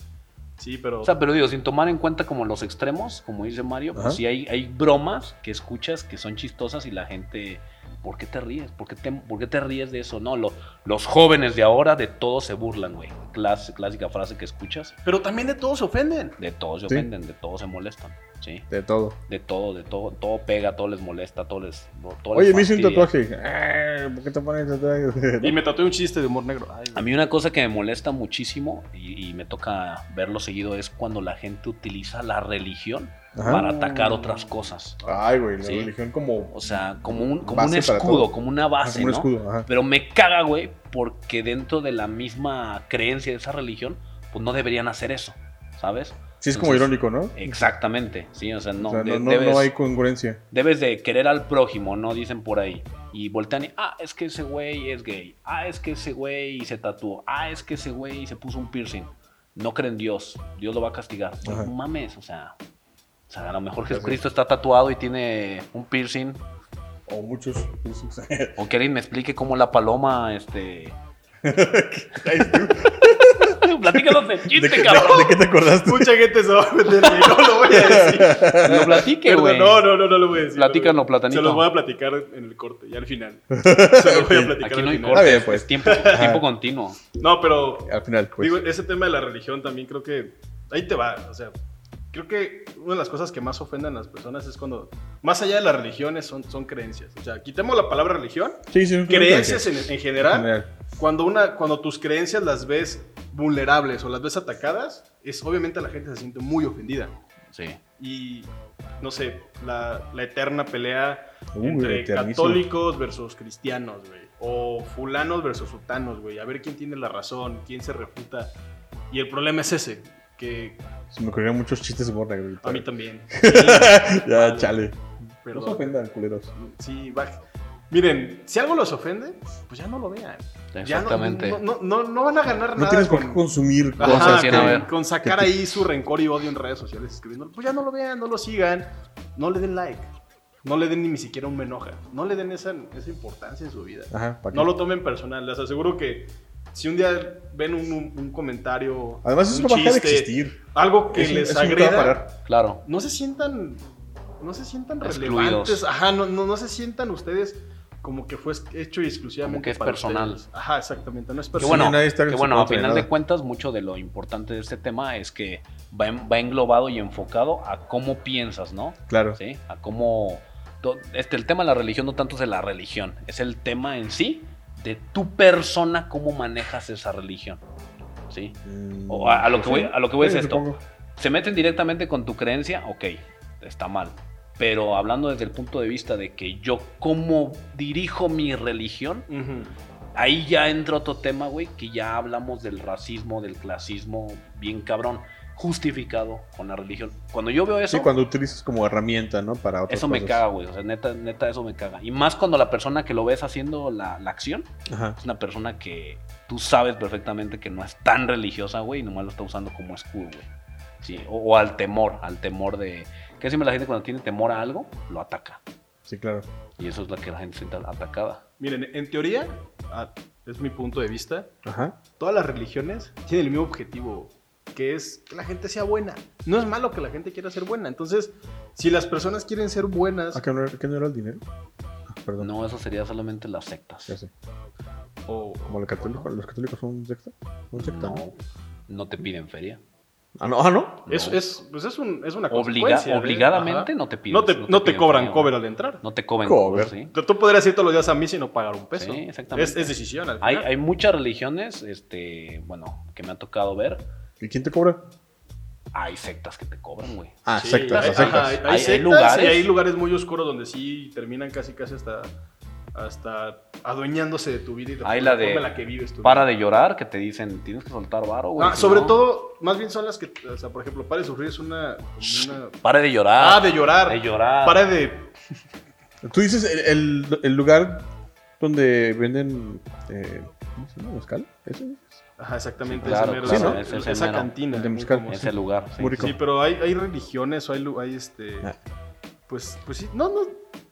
[SPEAKER 3] Sí, pero...
[SPEAKER 2] O sea, pero digo, sin tomar en cuenta como los extremos, como dice Mario,
[SPEAKER 1] Ajá.
[SPEAKER 2] pues sí hay, hay bromas que escuchas que son chistosas y la gente, ¿por qué te ríes? ¿Por qué te, por qué te ríes de eso? No, lo- los jóvenes de ahora de todos se burlan, güey. Clas- clásica frase que escuchas,
[SPEAKER 3] Pero también de todos se ofenden.
[SPEAKER 2] de todos se
[SPEAKER 1] Sí.
[SPEAKER 2] ofenden, de todos se molestan, ¿sí?
[SPEAKER 1] De todo.
[SPEAKER 2] De todo, de todo, todo pega, todo les molesta, todo les... todo les
[SPEAKER 1] Oye, me hice un
[SPEAKER 2] fastidia.
[SPEAKER 1] tatuaje. Ah, ¿Por qué te pones tatuaje?
[SPEAKER 3] Y me tatué un chiste de humor negro. Ay,
[SPEAKER 2] A
[SPEAKER 3] güey.
[SPEAKER 2] mí una cosa que me molesta muchísimo y, y me toca verlo seguido es cuando la gente utiliza la religión
[SPEAKER 1] [laughs] Ajá.
[SPEAKER 2] para atacar otras cosas.
[SPEAKER 1] Ay, güey, la
[SPEAKER 2] Sí.
[SPEAKER 1] religión como.
[SPEAKER 2] O sea, como un, como
[SPEAKER 1] Base
[SPEAKER 2] un
[SPEAKER 1] para
[SPEAKER 2] escudo,
[SPEAKER 1] todo.
[SPEAKER 2] como una
[SPEAKER 1] ah,
[SPEAKER 2] base,
[SPEAKER 1] como un
[SPEAKER 2] ¿no?
[SPEAKER 1] escudo. Ajá.
[SPEAKER 2] Pero me caga, güey, porque dentro de la misma creencia de esa religión, pues no deberían hacer eso, ¿sabes?
[SPEAKER 1] Sí, es como
[SPEAKER 2] Entonces,
[SPEAKER 1] irónico, ¿no?
[SPEAKER 2] Exactamente, sí, o sea, no,
[SPEAKER 1] o sea,
[SPEAKER 2] de-
[SPEAKER 1] no, no-
[SPEAKER 2] debes,
[SPEAKER 1] no hay congruencia.
[SPEAKER 2] debes de querer al prójimo, ¿no? Dicen por ahí. Y voltean y, ah, es que ese güey es gay, ah, es que ese güey se tatuó, ah, es que ese güey se puso un piercing. No creen en Dios, Dios lo va a castigar. Güey,
[SPEAKER 1] Ajá.
[SPEAKER 2] No mames, o sea, o sea, a lo mejor Jesucristo está tatuado y tiene un piercing
[SPEAKER 1] O muchos.
[SPEAKER 2] O que alguien me explique cómo la paloma, este. [laughs] Platícanos
[SPEAKER 3] [laughs]
[SPEAKER 2] el
[SPEAKER 1] ¿De qué,
[SPEAKER 2] chiste,
[SPEAKER 1] de-
[SPEAKER 2] cabrón.
[SPEAKER 1] de qué te acordaste?
[SPEAKER 3] Mucha gente se va a ofender, güey. No lo voy a decir.
[SPEAKER 1] [laughs]
[SPEAKER 2] [laughs] Lo platique,
[SPEAKER 3] Perdón,
[SPEAKER 2] güey.
[SPEAKER 3] no, no, no, no lo voy a decir.
[SPEAKER 2] Platícalo,
[SPEAKER 3] no lo voy a-
[SPEAKER 2] platanito.
[SPEAKER 3] Se los voy a platicar en el corte, ya al final. Se los voy a platicar
[SPEAKER 2] Aquí
[SPEAKER 3] al
[SPEAKER 2] no hay
[SPEAKER 3] final.
[SPEAKER 1] Está bien,
[SPEAKER 2] cortes,
[SPEAKER 1] pues.
[SPEAKER 2] es tiempo, tiempo continuo.
[SPEAKER 3] No, pero
[SPEAKER 1] Al final, pues.
[SPEAKER 3] digo, ese tema de la religión también creo que ahí te va, o sea, creo que una de las cosas que más ofenden a las personas es cuando más allá de las religiones son, son creencias, o sea, quitemos la palabra religión,
[SPEAKER 1] sí, sí, no,
[SPEAKER 3] creencias
[SPEAKER 1] no,
[SPEAKER 3] en, en
[SPEAKER 1] no, no,
[SPEAKER 3] general,
[SPEAKER 1] no, no, no.
[SPEAKER 3] cuando una cuando tus creencias las ves vulnerables o las ves atacadas, es obviamente la gente se siente muy ofendida
[SPEAKER 2] Sí.
[SPEAKER 3] y no sé, la, la eterna pelea
[SPEAKER 1] Uh,
[SPEAKER 3] entre
[SPEAKER 1] eternísimo.
[SPEAKER 3] católicos versus cristianos, güey. O fulanos versus sultanos, güey. A ver quién tiene la razón, quién se refuta. Y el problema es ese, que
[SPEAKER 1] Se me ocurrieron muchos chistes de humor negro. ahorita.
[SPEAKER 3] a mí
[SPEAKER 1] [laughs]
[SPEAKER 3] también.
[SPEAKER 1] Ya, chale. No se
[SPEAKER 3] Pero,
[SPEAKER 1] ofendan, culeros.
[SPEAKER 3] sí, va. Miren, si algo los ofende, pues ya no lo vean. Ya no-
[SPEAKER 2] Exactamente.
[SPEAKER 3] No, no, no, no van a ganar
[SPEAKER 1] No
[SPEAKER 3] nada.
[SPEAKER 1] tienes por
[SPEAKER 3] con-
[SPEAKER 1] qué consumir
[SPEAKER 2] Ah,
[SPEAKER 3] Ajá,
[SPEAKER 1] cosas.
[SPEAKER 2] sí,
[SPEAKER 1] que-
[SPEAKER 2] a ver.
[SPEAKER 3] con, con sacar ahí su rencor y odio en redes sociales escribiendo, pues ya no lo vean, no lo sigan, no le den like, no le den ni siquiera un me enoja, no le den esa, esa importancia en su vida.
[SPEAKER 1] Ajá, ¿pa' Ah, qué?
[SPEAKER 3] No lo tomen personal, les aseguro que si un día ven un, un- un comentario,
[SPEAKER 1] Además, eso
[SPEAKER 3] un
[SPEAKER 1] no va a dejar de
[SPEAKER 3] chiste,
[SPEAKER 1] existir.
[SPEAKER 3] algo que
[SPEAKER 1] Eso-
[SPEAKER 3] les
[SPEAKER 1] eso nunca va a
[SPEAKER 3] agreda,
[SPEAKER 1] parar.
[SPEAKER 2] Claro.
[SPEAKER 3] no se sientan no se sientan
[SPEAKER 2] Excluidos.
[SPEAKER 3] relevantes, ajá, no, no, no se sientan ustedes como que fue hecho y exclusivamente
[SPEAKER 2] Como que es
[SPEAKER 3] para
[SPEAKER 2] personal.
[SPEAKER 3] ustedes. Ajá, exactamente, no es
[SPEAKER 2] Que
[SPEAKER 3] personal.
[SPEAKER 2] bueno,
[SPEAKER 1] nadie está
[SPEAKER 2] que
[SPEAKER 1] en
[SPEAKER 2] bueno,
[SPEAKER 1] su
[SPEAKER 2] a
[SPEAKER 1] contra de
[SPEAKER 2] final de
[SPEAKER 1] nada.
[SPEAKER 2] cuentas, mucho de lo importante de este tema es que va, en- va englobado y enfocado a cómo piensas, ¿no?
[SPEAKER 1] Claro.
[SPEAKER 2] ¿sí? A cómo... to- Este, el tema de la religión no tanto es de la religión, es el tema en sí de tu persona, cómo manejas esa religión. ¿sí?
[SPEAKER 1] Mm,
[SPEAKER 2] O a- a lo que
[SPEAKER 1] sí.
[SPEAKER 2] voy- a lo que voy es
[SPEAKER 1] Sí,
[SPEAKER 2] esto.
[SPEAKER 1] supongo.
[SPEAKER 2] ¿Se meten directamente con tu creencia? Ok, está mal. Pero hablando desde el punto de vista de que yo cómo dirijo mi religión,
[SPEAKER 3] Ujú.
[SPEAKER 2] ahí ya entra otro tema, güey, que ya hablamos del racismo, del clasismo, bien cabrón, justificado con la religión. Cuando yo veo eso,
[SPEAKER 1] Sí, cuando utilizas como herramienta, ¿no? Para otras
[SPEAKER 2] eso me
[SPEAKER 1] cosas.
[SPEAKER 2] caga, güey. O sea, neta, neta, eso me caga. Y más cuando la persona que lo ves haciendo la, la acción
[SPEAKER 1] Ajá.
[SPEAKER 2] es una persona que tú sabes perfectamente que no es tan religiosa, güey, y nomás lo está usando como escudo, güey. Sí, o, o al temor, al temor de... Que siempre la gente cuando tiene temor a algo, lo ataca.
[SPEAKER 1] Sí, claro.
[SPEAKER 2] Y eso es la que la gente se siente atacada.
[SPEAKER 3] Miren, en teoría, ah, es mi punto de vista,
[SPEAKER 1] Ajá.
[SPEAKER 3] todas las religiones tienen el mismo objetivo, que es que la gente sea buena. No es malo que la gente quiera ser buena. Entonces, si las personas quieren ser buenas
[SPEAKER 1] ¿A Ah, qué no era, qué no era el dinero? Ah, Perdón.
[SPEAKER 2] No, eso sería solamente las sectas.
[SPEAKER 1] Ya sé.
[SPEAKER 3] o
[SPEAKER 1] Como los católicos, los católicos son un secta. Un secta.
[SPEAKER 2] No,
[SPEAKER 1] ¿no?
[SPEAKER 2] no te piden feria.
[SPEAKER 1] Ah, no. Ah, no.
[SPEAKER 3] es,
[SPEAKER 2] No.
[SPEAKER 3] es, pues es, un, es una
[SPEAKER 2] Obliga-
[SPEAKER 3] consecuencia de-
[SPEAKER 2] obligadamente
[SPEAKER 3] Ajá.
[SPEAKER 2] no te piden.
[SPEAKER 3] No te, no te
[SPEAKER 2] piden
[SPEAKER 3] cobran
[SPEAKER 2] feria,
[SPEAKER 3] cover
[SPEAKER 2] güey.
[SPEAKER 3] al entrar.
[SPEAKER 2] No te cobran
[SPEAKER 1] Cover.
[SPEAKER 2] cover, sí.
[SPEAKER 3] Tú- Tú podrías ir todos los días a mí sin no pagar un peso.
[SPEAKER 2] Sí, exactamente.
[SPEAKER 3] Es, es decisión al
[SPEAKER 2] Hay,
[SPEAKER 3] final.
[SPEAKER 2] hay muchas religiones, este, bueno, que me ha tocado ver.
[SPEAKER 1] ¿Y quién te cobra?
[SPEAKER 2] Hay sectas que te cobran, güey.
[SPEAKER 1] Ah,
[SPEAKER 3] Sí,
[SPEAKER 1] sectas,
[SPEAKER 3] hay-
[SPEAKER 1] las sectas.
[SPEAKER 3] ajá, hay-
[SPEAKER 2] Hay- hay
[SPEAKER 3] hay sectas
[SPEAKER 2] lugares.
[SPEAKER 3] y hay lugares muy oscuros donde sí terminan casi casi hasta hasta adueñándose de tu vida y de
[SPEAKER 2] Hay la de
[SPEAKER 3] forma en la que vives tu
[SPEAKER 2] Para
[SPEAKER 3] vida.
[SPEAKER 2] de llorar, que te dicen, tienes que soltar varo, güey.
[SPEAKER 3] Ah,
[SPEAKER 2] si
[SPEAKER 3] sobre
[SPEAKER 2] no-
[SPEAKER 3] todo, más bien son las que, o sea, por ejemplo, para de sufrir es una, como una-
[SPEAKER 2] Para de llorar.
[SPEAKER 3] Ah, de llorar.
[SPEAKER 2] De llorar.
[SPEAKER 3] Para de...
[SPEAKER 1] Tú dices el, el- el lugar donde venden. Eh, ¿Cómo se llama? ¿Mezcal? ¿Ese?
[SPEAKER 3] Ajá, exactamente.
[SPEAKER 2] Sí, claro,
[SPEAKER 3] ese mero,
[SPEAKER 1] claro,
[SPEAKER 3] esa-
[SPEAKER 2] ese es el
[SPEAKER 3] esa
[SPEAKER 2] mero.
[SPEAKER 3] cantina.
[SPEAKER 1] El de
[SPEAKER 3] muy
[SPEAKER 1] Mezcal.
[SPEAKER 3] famosa.
[SPEAKER 2] Ese lugar. sí.
[SPEAKER 1] Muy rico.
[SPEAKER 3] Sí, pero hay, hay religiones o hay, lu- hay este...
[SPEAKER 1] Ah.
[SPEAKER 3] Pues, pues sí, no, no.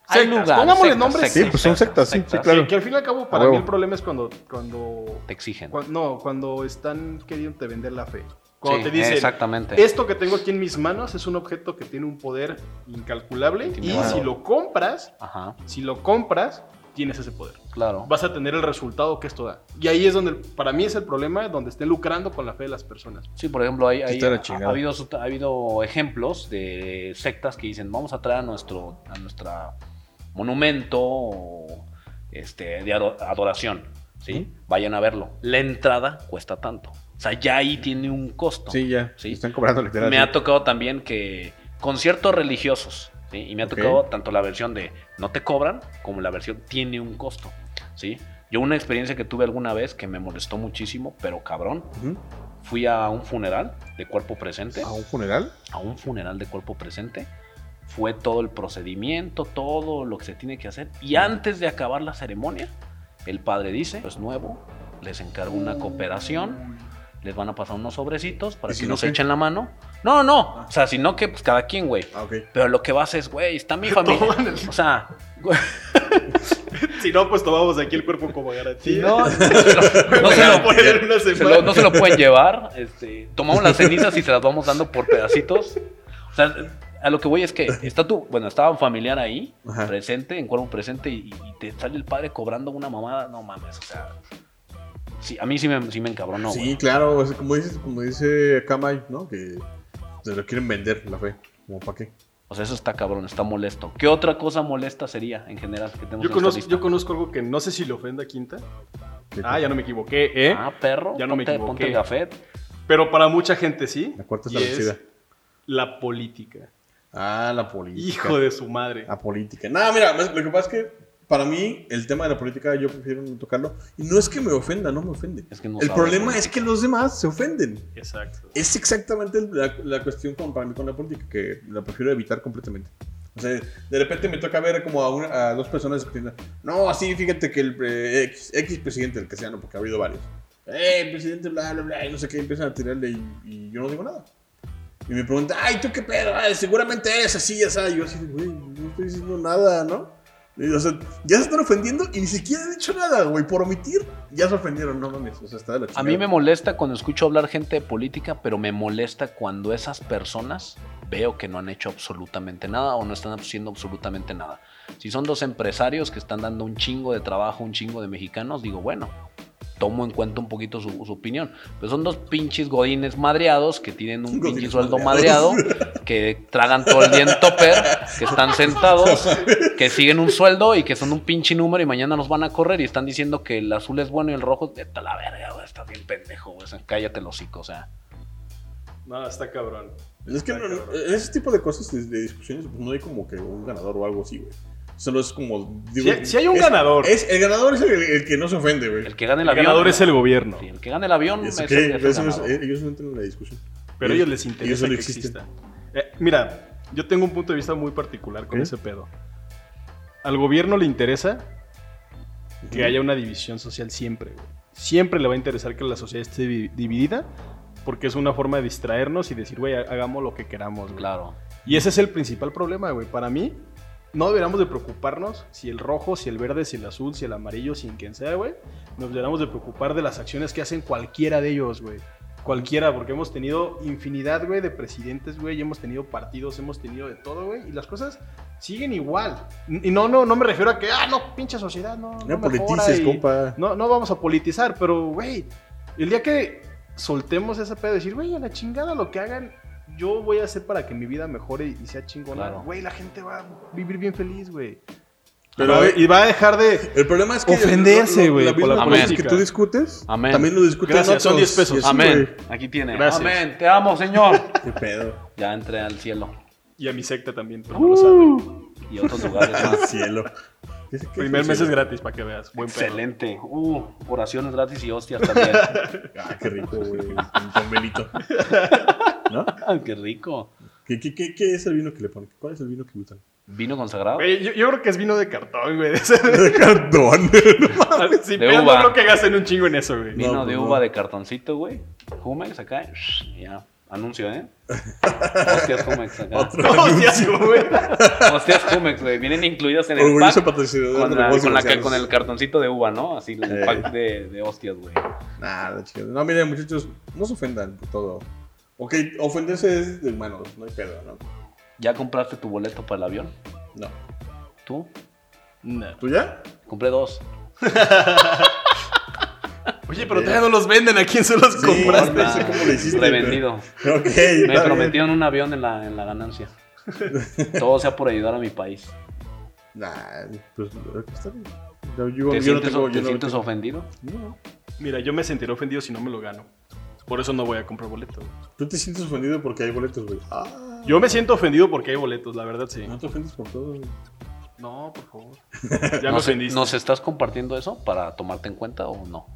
[SPEAKER 2] Hay
[SPEAKER 3] sectas,
[SPEAKER 2] lugar,
[SPEAKER 3] Pongámosle
[SPEAKER 2] sectas,
[SPEAKER 3] nombres.
[SPEAKER 1] Sí, pues son sectas, sí, sí,
[SPEAKER 2] sectas.
[SPEAKER 1] claro.
[SPEAKER 3] Que, que al fin y al cabo, para
[SPEAKER 1] huevo.
[SPEAKER 3] mí el problema es cuando... cuando
[SPEAKER 2] Te exigen.
[SPEAKER 3] Cuan- no, cuando están queriendo te vender la fe. Cuando
[SPEAKER 2] Sí,
[SPEAKER 3] te dicen,
[SPEAKER 2] Exactamente.
[SPEAKER 3] esto que tengo aquí en mis manos es un objeto que tiene un poder incalculable
[SPEAKER 2] Tiene
[SPEAKER 3] y
[SPEAKER 2] valor.
[SPEAKER 3] si lo compras,
[SPEAKER 2] Ajá,
[SPEAKER 3] si lo compras, tienes ese poder.
[SPEAKER 2] claro.
[SPEAKER 3] Vas a tener el resultado que esto da. Y ahí es donde, para mí es el problema, donde estén lucrando con la fe de las personas.
[SPEAKER 2] Sí, por ejemplo, hay,
[SPEAKER 1] Sí,
[SPEAKER 2] hay-
[SPEAKER 1] está la
[SPEAKER 2] ha- ha,
[SPEAKER 1] chingada.
[SPEAKER 2] habido, ha habido ejemplos de sectas que dicen, vamos a traer a nuestro a nuestra monumento o, este, de ado- adoración. ¿sí? Vayan a verlo. La entrada cuesta tanto. O sea, ya ahí tiene un costo.
[SPEAKER 1] Sí, ya.
[SPEAKER 2] Sí.
[SPEAKER 1] Están cobrando literal.
[SPEAKER 2] Me
[SPEAKER 1] sí.
[SPEAKER 2] ha tocado también que conciertos religiosos, ¿sí? y me ha
[SPEAKER 1] Ok.
[SPEAKER 2] tocado tanto la versión de no te cobran como la versión tiene un costo. ¿sí? Yo una experiencia que tuve alguna vez que me molestó muchísimo, pero cabrón,
[SPEAKER 1] Ujú.
[SPEAKER 2] fui a un funeral de cuerpo presente,
[SPEAKER 1] ¿A un funeral?
[SPEAKER 2] a un funeral de cuerpo presente, fue todo el procedimiento, todo lo que se tiene que hacer, y antes de acabar la ceremonia, el padre dice, pues nuevo, les encargo una cooperación les van a pasar unos sobrecitos para
[SPEAKER 1] ¿Y
[SPEAKER 2] que
[SPEAKER 1] si no
[SPEAKER 2] nos
[SPEAKER 1] qué?
[SPEAKER 2] echen la mano. No, no, o sea, sino que pues cada quien, güey.
[SPEAKER 1] Ah, ok.
[SPEAKER 2] Pero lo que vas es, güey,
[SPEAKER 1] [laughs]
[SPEAKER 2] está mi familia.
[SPEAKER 3] Toman el-
[SPEAKER 2] O sea, [laughs] güey,
[SPEAKER 3] [laughs] si no, pues tomamos aquí el cuerpo como
[SPEAKER 2] si
[SPEAKER 3] garantía. [laughs]
[SPEAKER 2] no, no se
[SPEAKER 3] Lo
[SPEAKER 2] lo,
[SPEAKER 3] ponen en una
[SPEAKER 2] se lo-
[SPEAKER 3] semana.
[SPEAKER 2] no se lo pueden llevar. Este, tomamos las cenizas y se las vamos dando por pedacitos. O sea, a lo que voy es que está tu, bueno, estaba un familiar ahí,
[SPEAKER 1] Ajá.
[SPEAKER 2] presente, en cuerpo presente, y, y te sale el padre cobrando una mamada. No mames, o sea, sí, a mí sí me, sí me encabronó.
[SPEAKER 1] sí,
[SPEAKER 2] güey.
[SPEAKER 1] claro. es como, dices, como dice Kamai, ¿no? Que se lo quieren vender la fe. ¿Como para qué?
[SPEAKER 2] O sea, eso está cabrón, está molesto. ¿Qué otra cosa molesta sería en general que tenemos
[SPEAKER 3] Yo
[SPEAKER 2] en
[SPEAKER 3] conozco,
[SPEAKER 2] esta lista?
[SPEAKER 3] yo conozco algo que no sé si le ofenda a Quinta.
[SPEAKER 1] ¿Qué
[SPEAKER 3] Ah,
[SPEAKER 1] cosa?
[SPEAKER 3] ya no me equivoqué, ¿eh?
[SPEAKER 2] Ah, perro,
[SPEAKER 3] Ya no me
[SPEAKER 2] ponte,
[SPEAKER 3] equivoqué.
[SPEAKER 2] ponte el gafet.
[SPEAKER 3] Pero para mucha gente sí.
[SPEAKER 1] La cuarta es
[SPEAKER 3] y
[SPEAKER 1] la vencida.
[SPEAKER 3] La política.
[SPEAKER 1] Ah, la política.
[SPEAKER 3] Hijo de su madre.
[SPEAKER 1] La política. No, mira, más- lo que pasa es que para mí el tema de la política yo prefiero no tocarlo. Y no es que me ofenda, no me ofende.
[SPEAKER 2] Es que no
[SPEAKER 1] el
[SPEAKER 2] sabes
[SPEAKER 1] problema es
[SPEAKER 2] política.
[SPEAKER 1] que los demás se ofenden.
[SPEAKER 3] Exacto.
[SPEAKER 1] Es exactamente la, la cuestión con, para mí con la política, que la prefiero evitar completamente. O sea, de repente me toca ver como a, una- a dos personas discutiendo. No, así fíjate que el eh, ex, ex presidente, el que sea, no, porque ha habido varios. Eh, el presidente, bla, bla, bla, y no sé qué, empiezan a tirarle y, y yo no digo nada. Y me pregunta, ay, ¿tú qué pedo? Ay, seguramente es así, ya sabes. Yo así, de, güey, no estoy diciendo nada, ¿no? Y, o sea, ya se están ofendiendo y ni siquiera he dicho nada, güey. Por omitir, ya se ofendieron, no mames. O sea, está de la
[SPEAKER 2] A
[SPEAKER 1] chingada.
[SPEAKER 2] mí me molesta cuando escucho hablar gente de política, pero me molesta cuando esas personas veo que no han hecho absolutamente nada o no están haciendo absolutamente nada. Si son dos empresarios que están dando un chingo de trabajo, un chingo de mexicanos, digo, bueno, tomo en cuenta un poquito su, su opinión. Pero son dos pinches godines madreados que tienen un
[SPEAKER 1] Godines
[SPEAKER 2] pinche sueldo
[SPEAKER 1] madreados.
[SPEAKER 2] madreado, que tragan todo el día en topper, que están sentados, que siguen un sueldo y que son un pinche número y mañana nos van a correr y están diciendo que el azul es bueno y el rojo es de la verga, güey, estás bien pendejo, güey, o sea, cállate el hocico, o sea.
[SPEAKER 3] No, está cabrón.
[SPEAKER 1] Pues Es que no- no- en ese tipo de cosas, de, de discusiones, pues no hay como que un ganador o algo así, güey. Solo es como. digo,
[SPEAKER 3] Si- si hay un
[SPEAKER 1] es-
[SPEAKER 3] ganador.
[SPEAKER 1] Es, el ganador es el, el que no se ofende, güey.
[SPEAKER 2] El que gane el,
[SPEAKER 3] El
[SPEAKER 2] avión.
[SPEAKER 3] ganador es el gobierno.
[SPEAKER 2] Sí, el que gane el avión
[SPEAKER 1] Es
[SPEAKER 2] es
[SPEAKER 1] que
[SPEAKER 2] el- es el
[SPEAKER 1] eso es-
[SPEAKER 2] ganador.
[SPEAKER 1] eh, ellos no entran en la discusión.
[SPEAKER 3] Pero a ellos les interesa
[SPEAKER 1] solo
[SPEAKER 3] que
[SPEAKER 1] existen.
[SPEAKER 3] exista. Eh, mira, yo tengo un punto de vista muy particular con
[SPEAKER 1] ¿Qué?
[SPEAKER 3] ese pedo. Al gobierno le interesa que haya una división social siempre. güey. Siempre le va a interesar que la sociedad esté di- dividida porque es una forma de distraernos y decir, güey, ha- hagamos lo que queramos. güey.
[SPEAKER 2] Claro.
[SPEAKER 3] Y ese es el principal problema, güey. Para mí, no deberíamos de preocuparnos si el rojo, si el verde, si el azul, si el amarillo, si en quien sea, güey. Nos deberíamos de preocupar de las acciones que hacen cualquiera de ellos, güey. Cualquiera, porque hemos tenido infinidad, güey, de presidentes, güey, y hemos tenido partidos, hemos tenido de todo, güey, y las cosas siguen igual. Y no, no, no me refiero a que, ah, no, pinche sociedad, no, no,
[SPEAKER 1] No
[SPEAKER 3] mejora
[SPEAKER 1] politices,
[SPEAKER 3] y-
[SPEAKER 1] compa.
[SPEAKER 3] no, no vamos a politizar, pero, güey, el día que soltemos ese pedo de decir, güey, a la chingada lo que hagan, yo voy a hacer para que mi vida mejore y sea chingona.
[SPEAKER 2] Claro.
[SPEAKER 3] Güey, la gente va a vivir bien feliz, güey.
[SPEAKER 1] Pero,
[SPEAKER 3] Va-
[SPEAKER 1] eh,
[SPEAKER 3] y va a dejar de...
[SPEAKER 1] El problema es que.
[SPEAKER 3] Ofenderse,
[SPEAKER 1] lo- lo-
[SPEAKER 3] güey,
[SPEAKER 1] La
[SPEAKER 3] por
[SPEAKER 1] misma
[SPEAKER 3] la
[SPEAKER 1] cosa
[SPEAKER 2] política.
[SPEAKER 1] que tú discutes,
[SPEAKER 2] Amén.
[SPEAKER 1] también lo discuten
[SPEAKER 3] Gracias, son
[SPEAKER 1] otros,
[SPEAKER 3] 10 pesos.
[SPEAKER 1] y así,
[SPEAKER 2] Amén.
[SPEAKER 1] güey.
[SPEAKER 2] Aquí tiene.
[SPEAKER 3] Gracias.
[SPEAKER 2] Amén. Te amo, Señor.
[SPEAKER 1] Qué pedo.
[SPEAKER 2] ya entré al cielo.
[SPEAKER 3] Y a mi secta también, pero no lo saben.
[SPEAKER 2] Y otros lugares más.
[SPEAKER 1] Al Ah, cielo. ¿Qué- qué-
[SPEAKER 3] Primer
[SPEAKER 1] qué-
[SPEAKER 3] mes es gratis, para que veas. Buen pedo.
[SPEAKER 2] Excelente. Uh, oraciones gratis y
[SPEAKER 3] [laughs]
[SPEAKER 2] hostias también.
[SPEAKER 1] Ah, qué rico, güey. Un pombelito. ¿No?
[SPEAKER 2] Ah, Qué rico.
[SPEAKER 1] ¿Qué, qué, qué, qué es el vino que le ponen? ¿Cuál es el vino que usan? [laughs]
[SPEAKER 2] Vino consagrado.
[SPEAKER 3] Güey, yo, yo creo que es vino de cartón, güey. De, ese- [laughs]
[SPEAKER 1] De
[SPEAKER 2] [laughs]
[SPEAKER 1] cartón.
[SPEAKER 3] si
[SPEAKER 2] De
[SPEAKER 3] pedo,
[SPEAKER 2] uva.
[SPEAKER 3] no creo que gasten un chingo en eso, [laughs] güey.
[SPEAKER 2] Vino
[SPEAKER 1] No,
[SPEAKER 2] de
[SPEAKER 1] pues,
[SPEAKER 2] uva
[SPEAKER 1] no.
[SPEAKER 2] de cartoncito, güey. Jumex acá. shh, Ya. Anuncio,
[SPEAKER 1] [laughs]
[SPEAKER 2] ¿eh? Hostias Jumex acá.
[SPEAKER 3] Hostias, güey.
[SPEAKER 2] Hostias Jumex, güey. Vienen incluidas en el
[SPEAKER 1] Orgulloso
[SPEAKER 2] pack.
[SPEAKER 1] patrocinador
[SPEAKER 2] Con,
[SPEAKER 1] de
[SPEAKER 2] la-
[SPEAKER 1] negocios
[SPEAKER 2] con la ca-
[SPEAKER 1] sociales.
[SPEAKER 2] con el cartoncito de uva, ¿no? Así, el
[SPEAKER 1] Eh.
[SPEAKER 2] pack de, de hostias, güey.
[SPEAKER 1] Nada, chicos. No, miren, muchachos, no se ofendan por todo. Ok, ofenderse es de humanos, no hay pedo, ¿no?
[SPEAKER 2] ¿Ya compraste tu boleto para el avión?
[SPEAKER 1] No.
[SPEAKER 2] ¿Tú?
[SPEAKER 3] No.
[SPEAKER 1] ¿Tú ya? [laughs]
[SPEAKER 2] Compré dos.
[SPEAKER 3] Oye, pero todavía no los venden. ¿A quién se los compraste?
[SPEAKER 1] no sé cómo le hiciste.
[SPEAKER 2] Revendido.
[SPEAKER 1] pero- Ok.
[SPEAKER 2] Me prometieron un avión en la, en
[SPEAKER 1] [laughs]
[SPEAKER 2] la ganancia. Todo sea por ayudar a mi país.
[SPEAKER 1] Nah, pues está bien. No, yo,
[SPEAKER 2] ¿Te
[SPEAKER 1] yo no
[SPEAKER 2] sientes,
[SPEAKER 1] tengo.
[SPEAKER 2] te
[SPEAKER 1] yo no
[SPEAKER 2] sientes
[SPEAKER 1] tengo-
[SPEAKER 2] ofendido?
[SPEAKER 1] No.
[SPEAKER 3] Mira, yo me sentiré ofendido si no me lo gano. Por eso no voy a comprar boleto.
[SPEAKER 1] Tú te sientes ofendido porque hay boletos, güey. Ah.
[SPEAKER 3] Yo me siento ofendido porque hay boletos, la verdad sí.
[SPEAKER 1] No te ofendes por todo, [laughs] güey.
[SPEAKER 3] No, por favor. Ya me
[SPEAKER 2] ¿Nos,
[SPEAKER 3] ofendiste.
[SPEAKER 2] ¿Nos estás compartiendo eso para tomarte en cuenta o no?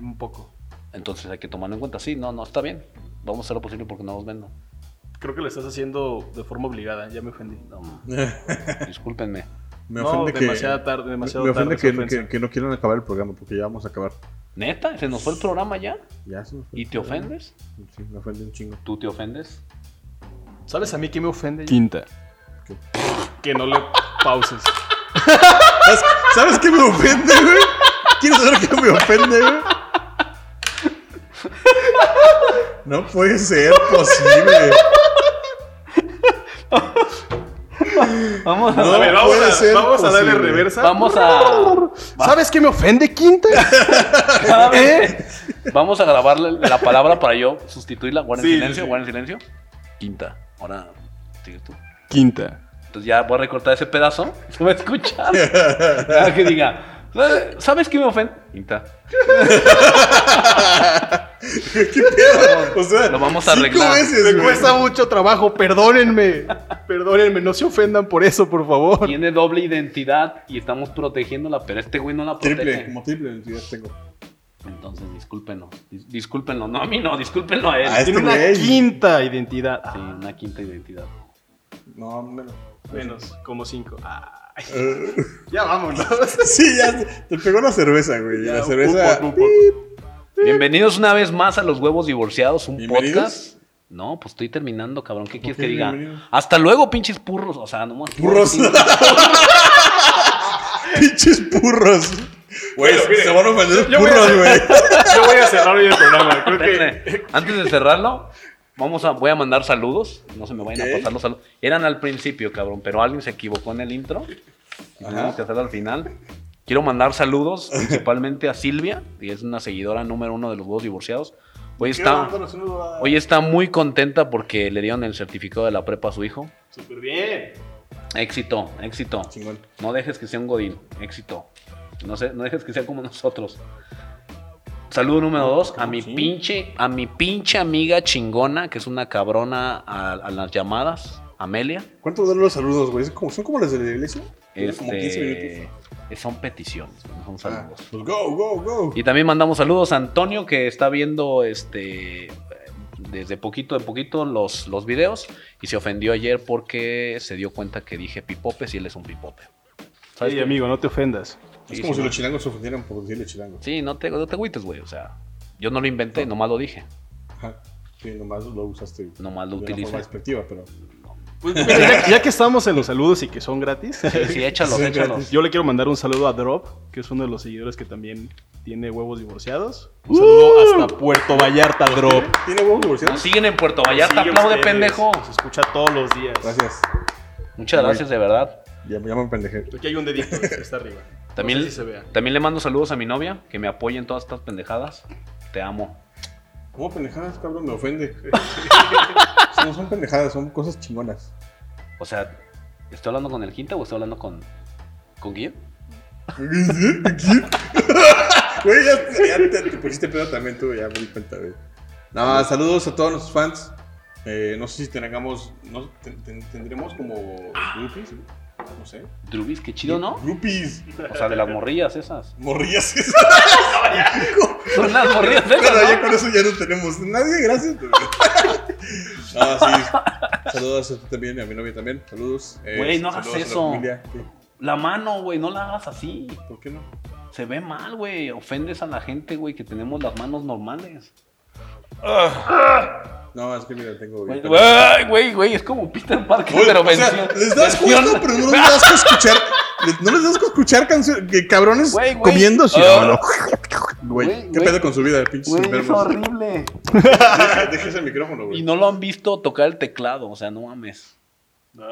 [SPEAKER 3] Un poco.
[SPEAKER 2] Entonces hay que tomarlo en cuenta. Sí, no, no, está bien. Vamos a hacer lo posible porque no los vendo.
[SPEAKER 3] Creo que lo estás haciendo de forma obligada. Ya me ofendí.
[SPEAKER 2] No,
[SPEAKER 1] [laughs]
[SPEAKER 2] discúlpenme.
[SPEAKER 1] Me
[SPEAKER 3] No,
[SPEAKER 1] ofende que.
[SPEAKER 3] demasiada tarde, demasiado
[SPEAKER 1] me ofende
[SPEAKER 3] tarde
[SPEAKER 1] que-
[SPEAKER 3] esa
[SPEAKER 1] que,
[SPEAKER 3] ofensa.
[SPEAKER 1] que no quieran acabar el programa porque ya vamos a acabar.
[SPEAKER 2] Neta, se nos fue el programa ya.
[SPEAKER 1] Ya se nos fue
[SPEAKER 2] ¿Y
[SPEAKER 1] el
[SPEAKER 2] te
[SPEAKER 1] programa.
[SPEAKER 2] ofendes?
[SPEAKER 1] Sí, me ofende un chingo.
[SPEAKER 2] ¿Tú te ofendes?
[SPEAKER 3] ¿Sabes a mí qué me ofende? Quinta.
[SPEAKER 1] ¿Qué?
[SPEAKER 3] Que no le pauses.
[SPEAKER 1] ¿Sabes- ¿Sabes qué me ofende, güey? ¿Quieres saber qué me ofende, güey? No puede ser posible.
[SPEAKER 2] Vamos a.
[SPEAKER 1] No
[SPEAKER 3] a ver, vamos,
[SPEAKER 1] puede ser
[SPEAKER 3] a, vamos a darle
[SPEAKER 1] posible.
[SPEAKER 3] reversa.
[SPEAKER 2] Vamos a.
[SPEAKER 3] [laughs] ¿Sabes qué me ofende, [laughs] Quinta?
[SPEAKER 2] cada
[SPEAKER 3] ¿Eh?
[SPEAKER 2] vez- Vamos a grabar la, la palabra para yo sustituirla. Guarda en
[SPEAKER 3] Sí,
[SPEAKER 2] silencio,
[SPEAKER 3] sí, sí.
[SPEAKER 2] guarda en silencio. Quinta. Ahora sigues tú.
[SPEAKER 3] Quinta.
[SPEAKER 2] Entonces ya voy a recortar ese pedazo. [laughs] Se va a escuchar. Nada que diga. "¿Sabes- ¿Sabes qué me ofende? Quinta.
[SPEAKER 1] ¿Qué pedo? O sea,
[SPEAKER 2] Lo vamos a
[SPEAKER 1] cinco
[SPEAKER 2] arreglar.
[SPEAKER 1] veces,
[SPEAKER 3] Me
[SPEAKER 1] güey.
[SPEAKER 3] cuesta mucho trabajo, perdónenme. Perdónenme, no se ofendan por eso, por favor.
[SPEAKER 2] Tiene doble identidad y estamos protegiéndola, pero este güey no la protege.
[SPEAKER 1] Triple, como triple identidad tengo.
[SPEAKER 2] Entonces, discúlpenlo. Dis- discúlpenlo. No, a mí no, discúlpenlo a él.
[SPEAKER 1] A este
[SPEAKER 3] Tiene una
[SPEAKER 1] güey.
[SPEAKER 3] quinta identidad.
[SPEAKER 2] Sí, una quinta identidad.
[SPEAKER 1] No, menos. Eh,
[SPEAKER 3] Menos, como cinco. Ah. Ay, ya vámonos.
[SPEAKER 1] Sí, ya se- te pegó la cerveza, güey.
[SPEAKER 3] Ya,
[SPEAKER 1] [laughs] la
[SPEAKER 3] un
[SPEAKER 1] cerveza.
[SPEAKER 3] poco, un
[SPEAKER 1] [laughs]
[SPEAKER 3] poco.
[SPEAKER 2] Bienvenidos una vez más a Los Huevos Divorciados, un
[SPEAKER 1] ¿Bienvenidos?
[SPEAKER 2] podcast. No, pues estoy terminando, cabrón. ¿Qué quieres
[SPEAKER 1] qué
[SPEAKER 2] que diga?
[SPEAKER 1] bienvenidos?
[SPEAKER 2] Hasta luego, pinches purros. O sea, nomás.
[SPEAKER 1] Purros. [laughs] Pinches purros. Güey,
[SPEAKER 3] Bueno, mire,
[SPEAKER 1] se van a ofender
[SPEAKER 3] yo voy a
[SPEAKER 1] purros, güey.
[SPEAKER 3] [laughs] Yo voy a cerrar hoy el programa. Creo que
[SPEAKER 2] Espérate, Antes de cerrarlo, vamos a, voy a mandar saludos. No se me vayan
[SPEAKER 1] Ok.
[SPEAKER 2] a pasar los saludos. Eran al principio, cabrón, pero alguien se equivocó en el intro. Y tenemos que hacerlo al final. Quiero
[SPEAKER 1] [laughs]
[SPEAKER 2] mandar saludos principalmente a Silvia, que es una seguidora número uno de los huevos divorciados. Hoy está, hoy está muy contenta porque le dieron el certificado de la prepa a su hijo.
[SPEAKER 3] súper bien.
[SPEAKER 2] Éxito, éxito.
[SPEAKER 1] Chingón.
[SPEAKER 2] No dejes que sea un godín. Éxito. No, sé, no dejes que sea como nosotros. Saludo número dos, a mi pinche, a mi pinche amiga chingona, que es una cabrona a, a las llamadas, Amelia.
[SPEAKER 1] ¿Cuántos dan los saludos, güey? ¿Son como, son como las de la iglesia? Tienen Como 15
[SPEAKER 2] Este,
[SPEAKER 1] minutos.
[SPEAKER 2] son peticiones, no son
[SPEAKER 1] Ah,
[SPEAKER 2] saludos.
[SPEAKER 1] pues go, go, go.
[SPEAKER 2] Y también mandamos saludos a Antonio, que está viendo este desde poquito en poquito los, los videos y se ofendió ayer porque se dio cuenta que dije pipope si él es un pipope. ¿Sabes
[SPEAKER 3] Ey,
[SPEAKER 2] qué?
[SPEAKER 3] amigo, no te ofendas.
[SPEAKER 1] es
[SPEAKER 2] sí,
[SPEAKER 1] como
[SPEAKER 2] sí,
[SPEAKER 1] si
[SPEAKER 2] no.
[SPEAKER 1] los chilangos se ofendieran por decirle chilango.
[SPEAKER 2] Sí, no te, no te agüites, güey. O sea, yo no lo inventé, nomás
[SPEAKER 3] [laughs]
[SPEAKER 2] lo dije.
[SPEAKER 1] Ajá. Sí, nomás lo usaste.
[SPEAKER 2] Nomás
[SPEAKER 1] de
[SPEAKER 2] lo
[SPEAKER 1] una
[SPEAKER 2] utilicé.
[SPEAKER 1] forma despectiva, pero.
[SPEAKER 3] ya, ya que estamos en los saludos y que son gratis,
[SPEAKER 2] Sí, sí, échalos,
[SPEAKER 1] Sí,
[SPEAKER 2] échalos.
[SPEAKER 3] yo le quiero mandar un saludo a Drop, que es uno de los seguidores que también tiene huevos divorciados. Un saludo
[SPEAKER 1] Uh.
[SPEAKER 3] hasta Puerto Vallarta, Drop.
[SPEAKER 1] ¿Tiene huevos divorciados?
[SPEAKER 2] Nos siguen en Puerto Vallarta,
[SPEAKER 3] Sigue
[SPEAKER 2] aplaude,
[SPEAKER 3] ustedes,
[SPEAKER 2] pendejo.
[SPEAKER 3] Se escucha todos los días.
[SPEAKER 1] Gracias.
[SPEAKER 2] Muchas gracias, de verdad.
[SPEAKER 1] Ya, ya me pendejé.
[SPEAKER 3] Aquí hay un dedito que está arriba.
[SPEAKER 2] También,
[SPEAKER 3] No sé si se vea.
[SPEAKER 2] también le mando saludos a mi novia, que me apoya en todas estas pendejadas. Te amo.
[SPEAKER 1] ¿Cómo pendejadas, cabrón? Me
[SPEAKER 2] [laughs]
[SPEAKER 1] ofende. no son pendejadas, son cosas chingonas.
[SPEAKER 2] O sea, ¿estoy hablando con el quinta o estoy hablando con. ¿Con quién?
[SPEAKER 1] Güey, ya, ya te, te pusiste pedo también tú, ya me di cuenta, güey. Nada, saludos a todos nuestros fans. Eh, no sé si tengamos, no, ten- ten- tendremos como groupies, no sé.
[SPEAKER 2] Drubis, qué chido, ¿no?
[SPEAKER 1] Groupies,
[SPEAKER 2] O sea, de las morrillas esas. [laughs]
[SPEAKER 1] morrillas.
[SPEAKER 2] Son las
[SPEAKER 3] [laughs]
[SPEAKER 2] morrillas
[SPEAKER 1] Pero ya
[SPEAKER 2] esas. ¿no?
[SPEAKER 1] con eso ya no tenemos nadie, gracias.
[SPEAKER 2] [laughs]
[SPEAKER 1] güey. Ah, sí. Saludos a ti también, a mi novia también. Saludos. Eh,
[SPEAKER 2] Güey, no hagas
[SPEAKER 1] saludos a la
[SPEAKER 2] eso.
[SPEAKER 1] familia. ¿Qué?
[SPEAKER 2] La mano, güey, no la hagas así.
[SPEAKER 1] ¿Por qué no?
[SPEAKER 2] Se ve mal, güey. Ofendes a la gente, güey, que tenemos las manos normales.
[SPEAKER 1] No, es que mira, tengo.
[SPEAKER 2] Güey, Güey, güey, güey, es como Peter Parker,
[SPEAKER 1] Oye,
[SPEAKER 2] pero
[SPEAKER 1] o sea,
[SPEAKER 2] venció-
[SPEAKER 1] les das
[SPEAKER 2] versión-
[SPEAKER 1] gusto, pero no les das que escuchar. le- No les das que escuchar cancio- que cabrones
[SPEAKER 2] Güey, güey.
[SPEAKER 1] comiendo, sí,
[SPEAKER 2] Ah.
[SPEAKER 1] no, no. Güey,
[SPEAKER 2] Güey,
[SPEAKER 1] ¿qué
[SPEAKER 2] güey.
[SPEAKER 1] pedo con su vida, pinches
[SPEAKER 2] Güey, es
[SPEAKER 1] enfermos?
[SPEAKER 2] horrible.
[SPEAKER 1] Deja, deja ese micrófono,
[SPEAKER 2] Y
[SPEAKER 1] güey.
[SPEAKER 2] no lo han visto tocar el teclado, o sea, no mames.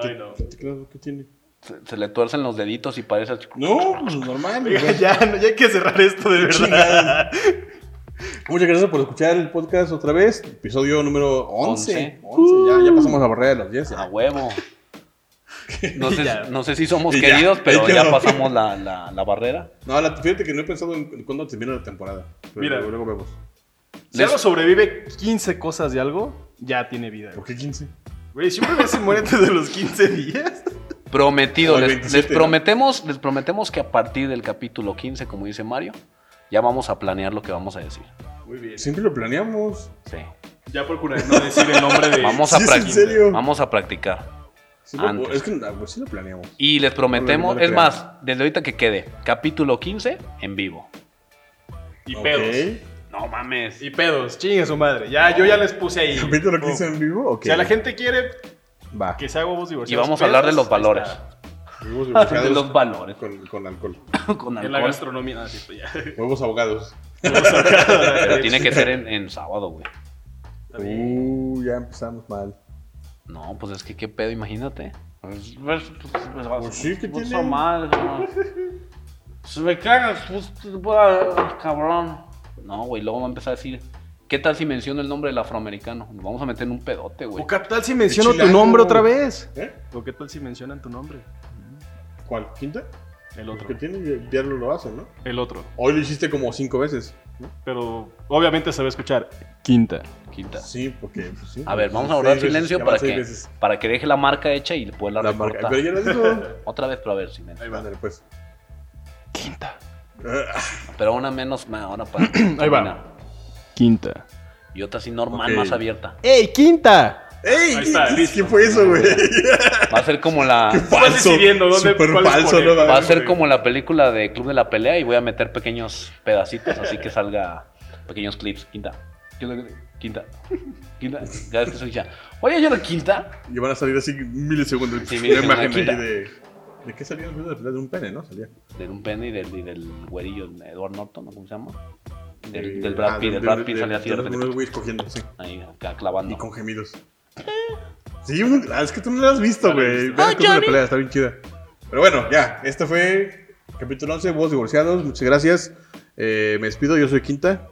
[SPEAKER 3] Ay, no.
[SPEAKER 1] ¿Qué teclado que tiene?
[SPEAKER 2] Se, se le tuercen los deditos y parece.
[SPEAKER 1] No, pues normal, güey.
[SPEAKER 3] Oiga, ya, no, ya hay que cerrar esto de verdad.
[SPEAKER 1] Muchas gracias por escuchar el podcast otra vez. Episodio número 11.
[SPEAKER 2] Once. Ah.
[SPEAKER 1] 11, ya, ya pasamos la barrera de los 10.
[SPEAKER 2] A huevo. No sé,
[SPEAKER 3] Ya.
[SPEAKER 2] no sé si somos
[SPEAKER 1] Y ya,
[SPEAKER 2] queridos, pero
[SPEAKER 1] ahí quedó.
[SPEAKER 2] ya pasamos la, la- la barrera.
[SPEAKER 1] No, la- fíjate que no he pensado en, en cuándo termina la temporada. Pero
[SPEAKER 3] Mira.
[SPEAKER 1] luego vemos.
[SPEAKER 3] Si algo sobrevive 15 cosas de algo, ya tiene vida.
[SPEAKER 1] ¿Por qué 15?
[SPEAKER 3] Güey, siempre me hacen muerte de los 15 días.
[SPEAKER 2] Prometido.
[SPEAKER 1] O el
[SPEAKER 2] Les,
[SPEAKER 1] 27,
[SPEAKER 2] les prometemos, les prometemos que a partir del capítulo 15, como dice Mario, ya vamos a planear lo que vamos a decir.
[SPEAKER 3] Muy bien.
[SPEAKER 1] Siempre lo planeamos.
[SPEAKER 2] Sí.
[SPEAKER 3] Ya procuraré no decir el nombre de.
[SPEAKER 2] Vamos a,
[SPEAKER 1] Sí, es en
[SPEAKER 2] practi-
[SPEAKER 1] serio.
[SPEAKER 2] vamos a practicar.
[SPEAKER 1] Sí lo-
[SPEAKER 2] Antes.
[SPEAKER 1] es que ah, pues, sí lo planeamos.
[SPEAKER 2] Y les prometemos,
[SPEAKER 1] Hola,
[SPEAKER 2] es
[SPEAKER 1] hola.
[SPEAKER 2] más, desde ahorita que quede, capítulo 15 en vivo.
[SPEAKER 3] Y
[SPEAKER 1] Ok.
[SPEAKER 3] pedos.
[SPEAKER 2] No mames.
[SPEAKER 3] Y pedos. Chingue su madre. Ya, yo ya les puse ahí.
[SPEAKER 1] ¿Capítulo 15 en vivo? Ok.
[SPEAKER 3] Si a la gente quiere
[SPEAKER 1] Va.
[SPEAKER 3] que se haga huevos divorciados.
[SPEAKER 2] Y vamos a hablar de los
[SPEAKER 3] pedos, ahí
[SPEAKER 2] valores.
[SPEAKER 3] está.
[SPEAKER 1] Huevos
[SPEAKER 2] De
[SPEAKER 1] divorciados
[SPEAKER 2] los valores.
[SPEAKER 1] con, con alcohol.
[SPEAKER 2] [laughs] Con
[SPEAKER 3] En la
[SPEAKER 2] alcohol.
[SPEAKER 3] gastronomía. Ah, sí, [laughs] pues ya.
[SPEAKER 1] Huevos abogados.
[SPEAKER 2] Pero tiene que ser en, en sábado, güey.
[SPEAKER 1] Uh, ya empezamos mal.
[SPEAKER 2] No, pues es que qué pedo, imagínate. Pues,
[SPEAKER 1] Pues sí, ¿qué tiene? [laughs]
[SPEAKER 2] Se me cagas, pues, ah, cabrón. No, güey, luego va a empezar a decir, ¿qué tal si menciono el nombre del afroamericano? Nos vamos a meter en un pedote, güey.
[SPEAKER 3] ¿O qué tal si menciono tu
[SPEAKER 1] Chilango.
[SPEAKER 3] nombre otra vez?
[SPEAKER 1] ¿Eh?
[SPEAKER 3] ¿O qué tal si mencionan tu nombre?
[SPEAKER 1] ¿Cuál? ¿Quinta?
[SPEAKER 3] El
[SPEAKER 1] Los
[SPEAKER 3] otro.
[SPEAKER 1] que tiene ya- ya lo, lo hacen, ¿no?
[SPEAKER 3] El otro.
[SPEAKER 1] Hoy lo hiciste como cinco veces.
[SPEAKER 3] Pero obviamente se va a escuchar. Quinta.
[SPEAKER 2] Quinta.
[SPEAKER 1] Sí, porque. pues, sí.
[SPEAKER 2] A ver, vamos
[SPEAKER 1] Seis
[SPEAKER 2] a guardar
[SPEAKER 1] veces,
[SPEAKER 2] silencio
[SPEAKER 1] ya van
[SPEAKER 2] para
[SPEAKER 1] seis
[SPEAKER 2] que,
[SPEAKER 1] veces.
[SPEAKER 2] para que deje la marca hecha y le pueda
[SPEAKER 1] La
[SPEAKER 2] la
[SPEAKER 1] marca.
[SPEAKER 2] recortar.
[SPEAKER 1] Pero ya lo dijo.
[SPEAKER 2] Otra vez, pero a ver, silencio.
[SPEAKER 1] Ahí va. Ándale, pues.
[SPEAKER 4] Quinta.
[SPEAKER 2] Pero una menos, ma- ahora para
[SPEAKER 1] [clears throat]
[SPEAKER 3] Ahí va.
[SPEAKER 2] terminar.
[SPEAKER 3] Quinta.
[SPEAKER 2] Y otra así normal,
[SPEAKER 1] Ok.
[SPEAKER 2] más abierta.
[SPEAKER 3] ¡Ey, quinta!
[SPEAKER 1] ¡Ey!
[SPEAKER 3] Ahí está,
[SPEAKER 1] ¿qué-
[SPEAKER 3] listo.
[SPEAKER 1] ¿Qué [laughs] fue eso, güey?
[SPEAKER 2] Va a ser
[SPEAKER 1] [laughs]
[SPEAKER 2] como la...
[SPEAKER 3] Vas decidiendo dónde-
[SPEAKER 1] Súper
[SPEAKER 3] cuál
[SPEAKER 1] falso,
[SPEAKER 3] poner.
[SPEAKER 1] ¿no?
[SPEAKER 2] Va a ser como la película de Club de la Pelea y voy a meter pequeños pedacitos, así que salga pequeños clips. Quinta. Quinta. Quinta. Quinta. Cada vez que soy ya. Oye, yo la quinta.
[SPEAKER 1] Y van a salir así milisegundos.
[SPEAKER 2] Sí,
[SPEAKER 1] una
[SPEAKER 2] milisegundos,
[SPEAKER 1] imagen ahí
[SPEAKER 2] quinta.
[SPEAKER 1] de. ¿De qué salía el video de pelea? De un pene, ¿no? Salía.
[SPEAKER 2] De un pene y del, y del güerillo de Edward Norton, ¿no? ¿cómo se llama? Del,
[SPEAKER 1] Eh,
[SPEAKER 2] del
[SPEAKER 1] ah,
[SPEAKER 2] Brad Pitt.
[SPEAKER 1] de-
[SPEAKER 2] Del
[SPEAKER 1] de-
[SPEAKER 2] Brad Pitt
[SPEAKER 1] de-
[SPEAKER 2] sale así de
[SPEAKER 1] de
[SPEAKER 2] repente.
[SPEAKER 1] unos güeyes cogiendo, sí.
[SPEAKER 2] Ahí, acá
[SPEAKER 1] Y
[SPEAKER 2] clavando.
[SPEAKER 1] con gemidos. Sí, un- ah, es que tú no la has visto,
[SPEAKER 3] No la he
[SPEAKER 1] güey.
[SPEAKER 3] visto.
[SPEAKER 1] Vean cómo la pelea, está bien chida. Pero bueno, ya, este fue capítulo 11, Vos divorciados. Muchas gracias. Eh, me despido, yo soy Quinta.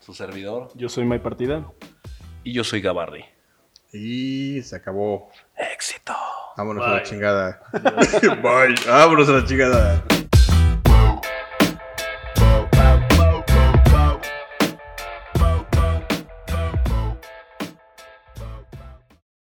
[SPEAKER 2] Su servidor.
[SPEAKER 3] Yo soy My Partida.
[SPEAKER 2] Y yo soy Gabarri.
[SPEAKER 1] Y se acabó.
[SPEAKER 2] Éxito.
[SPEAKER 1] Vámonos a la
[SPEAKER 3] Bye.
[SPEAKER 1] [laughs] chingada. Bye. Vámonos a la chingada.